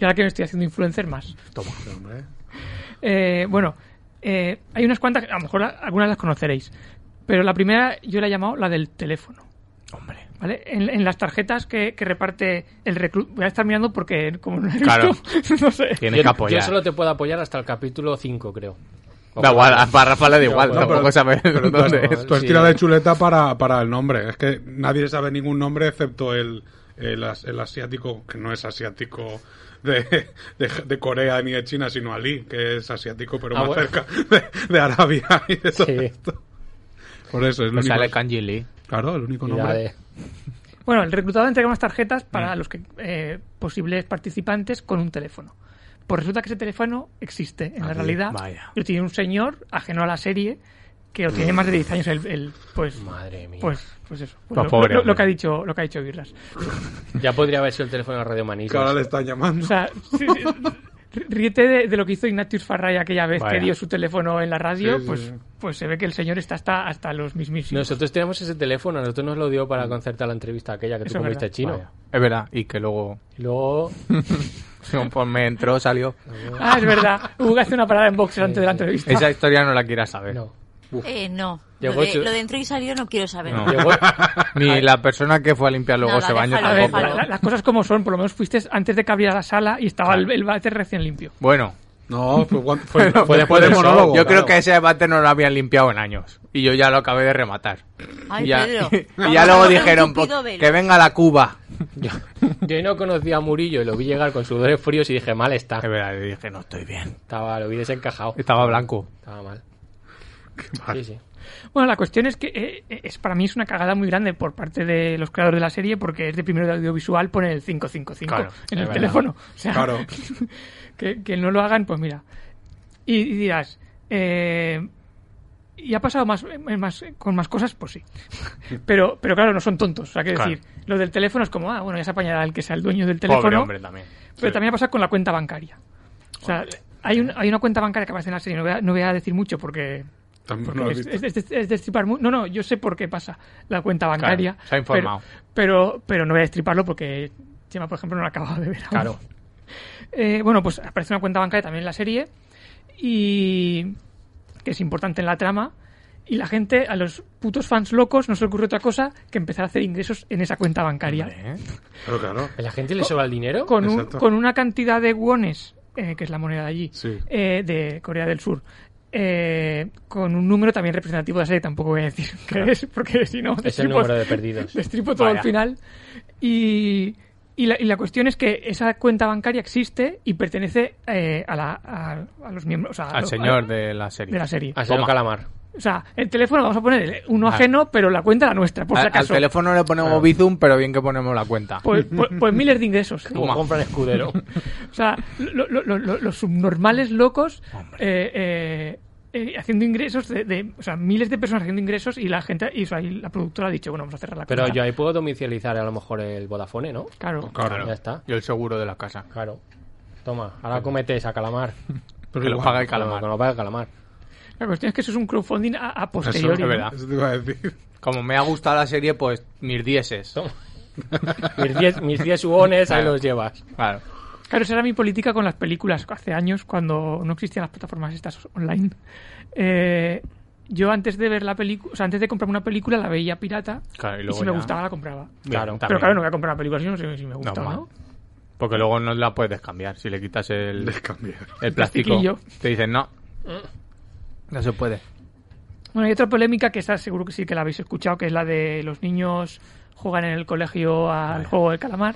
[SPEAKER 6] Y ahora que me estoy haciendo influencer más.
[SPEAKER 4] Toma, hombre.
[SPEAKER 6] Eh, bueno, eh, hay unas cuantas, a lo mejor la- algunas las conoceréis, pero la primera yo la he llamado la del teléfono.
[SPEAKER 5] Hombre.
[SPEAKER 6] ¿Vale? En, en las tarjetas que, que reparte el reclu... Voy a estar mirando porque como no he
[SPEAKER 5] Claro.
[SPEAKER 6] visto, no sé.
[SPEAKER 5] Tienes
[SPEAKER 3] Yo-
[SPEAKER 5] que apoyar.
[SPEAKER 3] Yo solo te puedo apoyar hasta el capítulo 5, creo.
[SPEAKER 5] Da igual, a para Rafa le da igual,
[SPEAKER 3] No,
[SPEAKER 5] tampoco
[SPEAKER 4] pero-
[SPEAKER 5] sabe
[SPEAKER 4] Pero tú
[SPEAKER 5] dónde
[SPEAKER 4] has,
[SPEAKER 5] es.
[SPEAKER 4] tú has
[SPEAKER 3] sí.
[SPEAKER 4] tirado de chuleta para, para el nombre. Es que nadie sabe ningún nombre excepto el, el, as- el asiático, que no es asiático de, de, de Corea ni de China, sino Ali, que es asiático, pero
[SPEAKER 3] Ah,
[SPEAKER 4] más
[SPEAKER 3] bueno.
[SPEAKER 4] cerca de, de Arabia y de todo
[SPEAKER 3] Sí.
[SPEAKER 4] esto. Por eso, es el
[SPEAKER 5] Me
[SPEAKER 4] único,
[SPEAKER 5] Pues sale Kanji Lee.
[SPEAKER 4] claro, el único
[SPEAKER 3] Y
[SPEAKER 4] nombre.
[SPEAKER 3] la de-
[SPEAKER 6] Bueno, el reclutador entrega unas tarjetas para los que, eh, posibles participantes con un teléfono. Pues resulta que ese teléfono existe en la
[SPEAKER 5] Ah,
[SPEAKER 6] realidad.
[SPEAKER 5] vaya.
[SPEAKER 6] Lo tiene un señor ajeno a la serie que lo tiene más de 10 años. El, el- pues,
[SPEAKER 3] Madre mía.
[SPEAKER 6] pues, pues eso. Pues
[SPEAKER 5] Pues
[SPEAKER 6] lo,
[SPEAKER 5] pobre
[SPEAKER 6] lo- lo
[SPEAKER 5] hombre.
[SPEAKER 6] que ha dicho, lo que ha dicho Birras.
[SPEAKER 3] Ya podría haber sido el teléfono de Radio Manís.
[SPEAKER 4] Que ahora le
[SPEAKER 3] Claro,
[SPEAKER 4] están
[SPEAKER 6] O
[SPEAKER 4] llamando.
[SPEAKER 6] sea, sí, sí, ríete de, de lo que hizo Ignatius Farray aquella vez
[SPEAKER 5] Vaya.
[SPEAKER 6] que dio su teléfono en la radio.
[SPEAKER 4] Sí, sí,
[SPEAKER 6] pues,
[SPEAKER 4] sí.
[SPEAKER 6] pues se ve que el señor está hasta, hasta los mismísimos.
[SPEAKER 3] Nosotros tenemos ese teléfono, a nosotros nos lo dio para concertar la entrevista aquella que
[SPEAKER 6] Mm.
[SPEAKER 3] tú
[SPEAKER 6] Eso es
[SPEAKER 3] comiste
[SPEAKER 6] verdad.
[SPEAKER 3] chino.
[SPEAKER 5] Vaya. Es verdad, y que luego
[SPEAKER 3] Y luego,
[SPEAKER 5] me entró, salió.
[SPEAKER 6] Ah, es verdad. Hugo hace una parada en boxer antes de la entrevista.
[SPEAKER 5] Esa historia no la quieras saber.
[SPEAKER 3] no.
[SPEAKER 7] Eh, no.
[SPEAKER 3] Llegó
[SPEAKER 7] Lo de,
[SPEAKER 3] su-
[SPEAKER 7] lo de entró y salió no quiero saber.
[SPEAKER 5] No.
[SPEAKER 3] Llegó-
[SPEAKER 5] Ni la persona que fue a limpiar luego
[SPEAKER 7] Nada,
[SPEAKER 5] ese baño
[SPEAKER 7] déjalo,
[SPEAKER 6] A ver,
[SPEAKER 5] tampoco.
[SPEAKER 7] déjalo.
[SPEAKER 6] la- la- las cosas como son, por lo menos fuiste antes de que abriera la sala y estaba el, el váter recién limpio.
[SPEAKER 5] Bueno,
[SPEAKER 4] No, fue, cuan- fue,
[SPEAKER 5] Pero-
[SPEAKER 4] fue después del
[SPEAKER 3] pero-
[SPEAKER 4] monólogo.
[SPEAKER 5] yo creo
[SPEAKER 4] claro.
[SPEAKER 5] que ese debate no lo habían limpiado en años. Y yo ya lo acabé de rematar.
[SPEAKER 7] Ay,
[SPEAKER 5] y ya,
[SPEAKER 7] Pedro.
[SPEAKER 5] y ya luego
[SPEAKER 7] Un
[SPEAKER 5] dijeron,
[SPEAKER 8] pues,
[SPEAKER 7] tupido
[SPEAKER 5] "Po-
[SPEAKER 7] velo".
[SPEAKER 5] que venga la Cuba.
[SPEAKER 3] Yo, yo no conocía a Murillo y lo vi llegar con sudores fríos y dije, mal está.
[SPEAKER 5] Es verdad, yo dije, no estoy bien.
[SPEAKER 3] Estaba, lo vi desencajado.
[SPEAKER 5] Estaba blanco.
[SPEAKER 3] Estaba mal.
[SPEAKER 4] mal.
[SPEAKER 3] Sí, sí.
[SPEAKER 6] Bueno, la cuestión es que eh, eh, es para mí es una cagada muy grande por parte de los creadores de la serie porque es de primero de audiovisual poner el 555 en
[SPEAKER 5] Claro, es
[SPEAKER 6] el
[SPEAKER 5] verdad.
[SPEAKER 6] teléfono. O sea,
[SPEAKER 4] Claro.
[SPEAKER 6] que, que no lo hagan, pues mira. Y, y dirás, eh, ¿y ha pasado más, eh, más- con más cosas? Pues sí. Pero, pero claro, no son tontos. O sea, que
[SPEAKER 5] Claro.
[SPEAKER 6] decir, lo del teléfono es como, ah, bueno, ya se apañará el que sea el dueño del teléfono.
[SPEAKER 5] Pobre hombre también.
[SPEAKER 6] Pero
[SPEAKER 5] Sí.
[SPEAKER 6] también ha pasado con la cuenta bancaria. O sea, hay, un- hay una cuenta bancaria que aparece en la serie, no voy a, no voy a decir mucho porque...
[SPEAKER 4] Tampoco
[SPEAKER 6] porque
[SPEAKER 4] lo he
[SPEAKER 6] es,
[SPEAKER 4] visto.
[SPEAKER 6] es- es- es destripar mu- No, no, yo sé por qué pasa la cuenta bancaria.
[SPEAKER 5] se ha informado.
[SPEAKER 6] Pero, pero, pero no voy a destriparlo porque Chema, por ejemplo, no lo acaba de ver. aún.
[SPEAKER 5] Claro.
[SPEAKER 6] Eh, bueno, pues aparece una cuenta bancaria también en la serie y que es importante en la trama. Y la gente, a los putos fans locos, no se le ocurre otra cosa que empezar a hacer ingresos en esa cuenta bancaria
[SPEAKER 5] Hombre, ¿eh?
[SPEAKER 4] Pero claro.
[SPEAKER 3] ¿A la gente le sobra el dinero?
[SPEAKER 6] con, un-
[SPEAKER 4] Exacto.
[SPEAKER 6] con una cantidad de wones, eh, que es la moneda de allí,
[SPEAKER 4] Sí.
[SPEAKER 6] eh, de Corea del Sur, eh, con un número también representativo de la serie, tampoco voy a decir qué es, porque si no,
[SPEAKER 3] Es el
[SPEAKER 6] destripo-
[SPEAKER 3] número de perdidos.
[SPEAKER 6] destripo todo
[SPEAKER 5] Vaya.
[SPEAKER 6] al final. Y, y, la, y la cuestión es que esa cuenta bancaria existe y pertenece eh, a, la- a- a los miembros, o sea, a
[SPEAKER 5] Al
[SPEAKER 6] lo-
[SPEAKER 5] señor
[SPEAKER 6] a-
[SPEAKER 5] de la serie.
[SPEAKER 6] de la serie.
[SPEAKER 3] A Señor
[SPEAKER 5] Toma.
[SPEAKER 3] Calamar.
[SPEAKER 6] O sea, el teléfono vamos a poner el- uno
[SPEAKER 5] Ah.
[SPEAKER 6] ajeno, pero la cuenta la nuestra, por
[SPEAKER 5] Al-
[SPEAKER 6] si
[SPEAKER 5] al
[SPEAKER 6] acaso.
[SPEAKER 5] teléfono le ponemos Bizum, pero bien que ponemos la cuenta.
[SPEAKER 6] Pues, pues- pues miles de ingresos.
[SPEAKER 3] Como compran escudero.
[SPEAKER 6] O sea, lo- lo- lo- lo- los subnormales locos
[SPEAKER 5] Hombre.
[SPEAKER 6] eh, eh, eh, haciendo ingresos, de, de- o sea, miles de personas haciendo ingresos y la gente, y o sea, y la productora ha dicho, bueno, vamos a cerrar la
[SPEAKER 3] Pero
[SPEAKER 6] cuenta.
[SPEAKER 3] yo ahí puedo domiciliar a lo mejor el Vodafone, ¿no?
[SPEAKER 6] Claro.
[SPEAKER 4] Claro.
[SPEAKER 3] Ya está.
[SPEAKER 5] Y el seguro de la casa.
[SPEAKER 3] Claro. Toma, ahora cometes a Calamar.
[SPEAKER 5] que lo
[SPEAKER 4] igual.
[SPEAKER 5] paga
[SPEAKER 3] Calamar.
[SPEAKER 5] el calamar.
[SPEAKER 3] Que lo pague Calamar.
[SPEAKER 6] La cuestión es que eso es un crowdfunding a, a
[SPEAKER 4] Eso,
[SPEAKER 6] posteriori.
[SPEAKER 5] es
[SPEAKER 6] ¿no?
[SPEAKER 5] verdad.
[SPEAKER 4] eso te iba a decir.
[SPEAKER 5] Como me ha gustado la serie, pues mis dieces.
[SPEAKER 3] Toma. Mis 10 mis diez subones, ahí
[SPEAKER 5] Claro.
[SPEAKER 3] los llevas.
[SPEAKER 5] Claro.
[SPEAKER 6] Claro, esa era mi política con las películas hace años, cuando no existían las plataformas estas online. Eh, yo antes de ver la película, o sea, antes de comprarme una película la veía pirata
[SPEAKER 5] Claro, y
[SPEAKER 6] y,
[SPEAKER 5] luego
[SPEAKER 6] si me
[SPEAKER 5] ya-
[SPEAKER 6] gustaba la compraba.
[SPEAKER 5] Claro,
[SPEAKER 6] Pero
[SPEAKER 5] también.
[SPEAKER 6] claro, no voy a comprar una película si no sé si me gusta o
[SPEAKER 5] Normal.
[SPEAKER 6] no.
[SPEAKER 5] Porque luego no la puedes cambiar. Si le quitas el,
[SPEAKER 4] Les cambiar.
[SPEAKER 5] el plástico,
[SPEAKER 6] plastiquillo.
[SPEAKER 5] te dicen no. No se puede.
[SPEAKER 6] Bueno, hay otra polémica que esa seguro que sí que la habéis escuchado, que es la de los niños juegan en el colegio al
[SPEAKER 5] Vaya.
[SPEAKER 6] juego del calamar.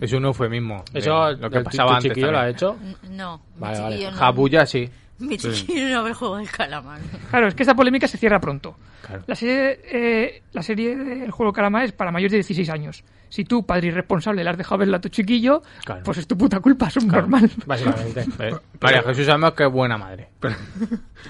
[SPEAKER 5] Es un eufemismo. de
[SPEAKER 3] Eso,
[SPEAKER 5] lo
[SPEAKER 3] el
[SPEAKER 5] que
[SPEAKER 3] tu-
[SPEAKER 5] pasaba
[SPEAKER 3] tu
[SPEAKER 5] antes.
[SPEAKER 3] chiquillo lo ha
[SPEAKER 5] también.
[SPEAKER 3] hecho.
[SPEAKER 7] N- No,
[SPEAKER 3] Vale,
[SPEAKER 7] mi
[SPEAKER 3] vale.
[SPEAKER 7] chiquillo no.
[SPEAKER 5] Jabuya sí.
[SPEAKER 7] Mi chiquillo no ve el juego del calamar.
[SPEAKER 6] Claro, es que esta polémica se cierra pronto.
[SPEAKER 5] Claro.
[SPEAKER 6] La serie, eh, la serie del juego del calamar es para mayores de 16 años. Si tú, padre irresponsable, le has dejado verla a tu chiquillo,
[SPEAKER 5] Claro.
[SPEAKER 6] pues es tu puta culpa, es un normal.
[SPEAKER 3] Básicamente.
[SPEAKER 5] ¿Ves? María Jesús sabemos que es buena madre.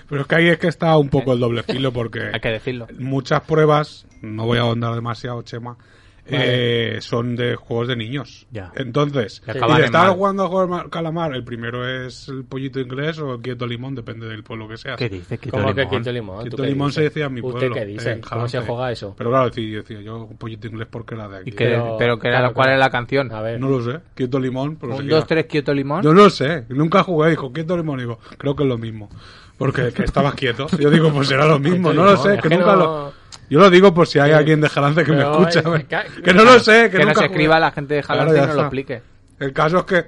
[SPEAKER 4] Pero es que ahí es que está un poco el doble filo porque
[SPEAKER 5] Hay que decirlo.
[SPEAKER 4] muchas pruebas, no voy a ahondar demasiado, Chema, eh, son de juegos de niños.
[SPEAKER 8] Ya.
[SPEAKER 4] Entonces,
[SPEAKER 8] Que
[SPEAKER 4] y
[SPEAKER 8] acaban
[SPEAKER 4] le
[SPEAKER 8] en
[SPEAKER 4] estaba
[SPEAKER 8] mal.
[SPEAKER 4] jugando a juego al calamar. El primero es el pollito inglés o el quieto limón, depende del pueblo que seas.
[SPEAKER 8] ¿Qué dices? ¿Qué
[SPEAKER 3] ¿Cómo que
[SPEAKER 8] Doraemon?
[SPEAKER 3] Quinto Limón? ¿Tú
[SPEAKER 4] Quieto
[SPEAKER 3] qué
[SPEAKER 4] limón
[SPEAKER 3] dices?
[SPEAKER 4] se decía en mi pueblo.
[SPEAKER 3] ¿Usted qué dice?
[SPEAKER 4] en
[SPEAKER 3] ¿Cómo se
[SPEAKER 4] Jalante.
[SPEAKER 3] juega eso?
[SPEAKER 4] Pero claro, sí, decía yo un pollito inglés porque era de aquí.
[SPEAKER 8] ¿Y qué-
[SPEAKER 3] Pero-
[SPEAKER 8] pero, que era,
[SPEAKER 3] claro,
[SPEAKER 8] ¿cuál
[SPEAKER 3] claro.
[SPEAKER 8] es la canción?
[SPEAKER 3] A ver.
[SPEAKER 4] No lo sé. Quieto limón, pero
[SPEAKER 8] Un,
[SPEAKER 4] seguía.
[SPEAKER 8] dos, tres, Kioto Limón.
[SPEAKER 4] Yo no lo sé, nunca jugué, dijo, quieto limón, digo, creo que es lo mismo. Porque que estabas quieto. Yo digo, pues será lo mismo, no lo sé,
[SPEAKER 3] Es
[SPEAKER 4] que
[SPEAKER 3] que
[SPEAKER 4] nunca
[SPEAKER 3] no-
[SPEAKER 4] lo... Yo lo digo por si hay alguien de Jalance que me
[SPEAKER 3] Pero,
[SPEAKER 4] escucha.
[SPEAKER 3] eh,
[SPEAKER 4] güey.
[SPEAKER 3] que-
[SPEAKER 4] Que no lo sé, que,
[SPEAKER 8] que
[SPEAKER 4] nunca
[SPEAKER 8] nos
[SPEAKER 4] jugué.
[SPEAKER 8] escriba la gente de Jalante
[SPEAKER 4] Claro, ya
[SPEAKER 8] y nos lo
[SPEAKER 4] está.
[SPEAKER 8] explique.
[SPEAKER 4] El caso es que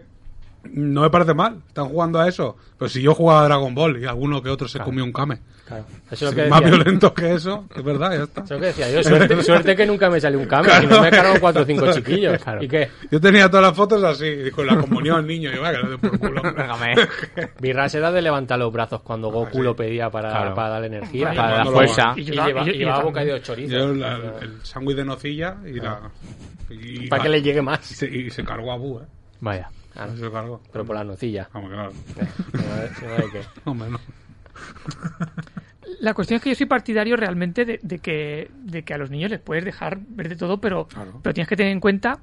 [SPEAKER 4] no me parece mal, están jugando a eso. Pero si yo jugaba a Dragon Ball y alguno que otro se comió un kame.
[SPEAKER 3] Claro. Eso es
[SPEAKER 4] Sí,
[SPEAKER 3] lo que
[SPEAKER 4] más
[SPEAKER 3] decía.
[SPEAKER 4] violento que eso, es verdad, ya está.
[SPEAKER 3] Eso es lo que decía yo. Suerte, suerte que nunca me salió un cambio.
[SPEAKER 4] Claro.
[SPEAKER 3] Si no me cargan cuatro o cinco chiquillos.
[SPEAKER 8] Claro.
[SPEAKER 3] ¿Y qué?
[SPEAKER 4] Yo tenía todas las fotos así, y con la comunión niño, yo "Venga, que le den por culo. hombre".
[SPEAKER 8] Déjame.
[SPEAKER 3] Virras era de levantar los brazos cuando Goku lo pedía para,
[SPEAKER 8] Claro.
[SPEAKER 3] para darle energía.
[SPEAKER 8] Para la
[SPEAKER 4] no lo
[SPEAKER 8] fuerza.
[SPEAKER 6] Y
[SPEAKER 3] Y,
[SPEAKER 6] yo-
[SPEAKER 3] lleva-
[SPEAKER 6] y yo-
[SPEAKER 3] y
[SPEAKER 6] y
[SPEAKER 3] llevaba
[SPEAKER 6] yo
[SPEAKER 3] bocadillo de
[SPEAKER 4] Yo
[SPEAKER 3] chorizo.
[SPEAKER 4] la- el sándwich de nocilla y la... y-
[SPEAKER 3] Ah. Para que le llegue más.
[SPEAKER 4] Y se, y se cargó a Bu, ¿eh?
[SPEAKER 8] Vaya.
[SPEAKER 3] Ah,
[SPEAKER 4] Se cargó.
[SPEAKER 3] Pero por la nocilla.
[SPEAKER 4] Vamos, claro.
[SPEAKER 3] Si no, ¿de qué?
[SPEAKER 4] Hombre, no.
[SPEAKER 6] La cuestión es que yo soy partidario realmente de, de que, de que a los niños les puedes dejar ver de todo, pero,
[SPEAKER 4] Claro.
[SPEAKER 6] pero tienes que tener en cuenta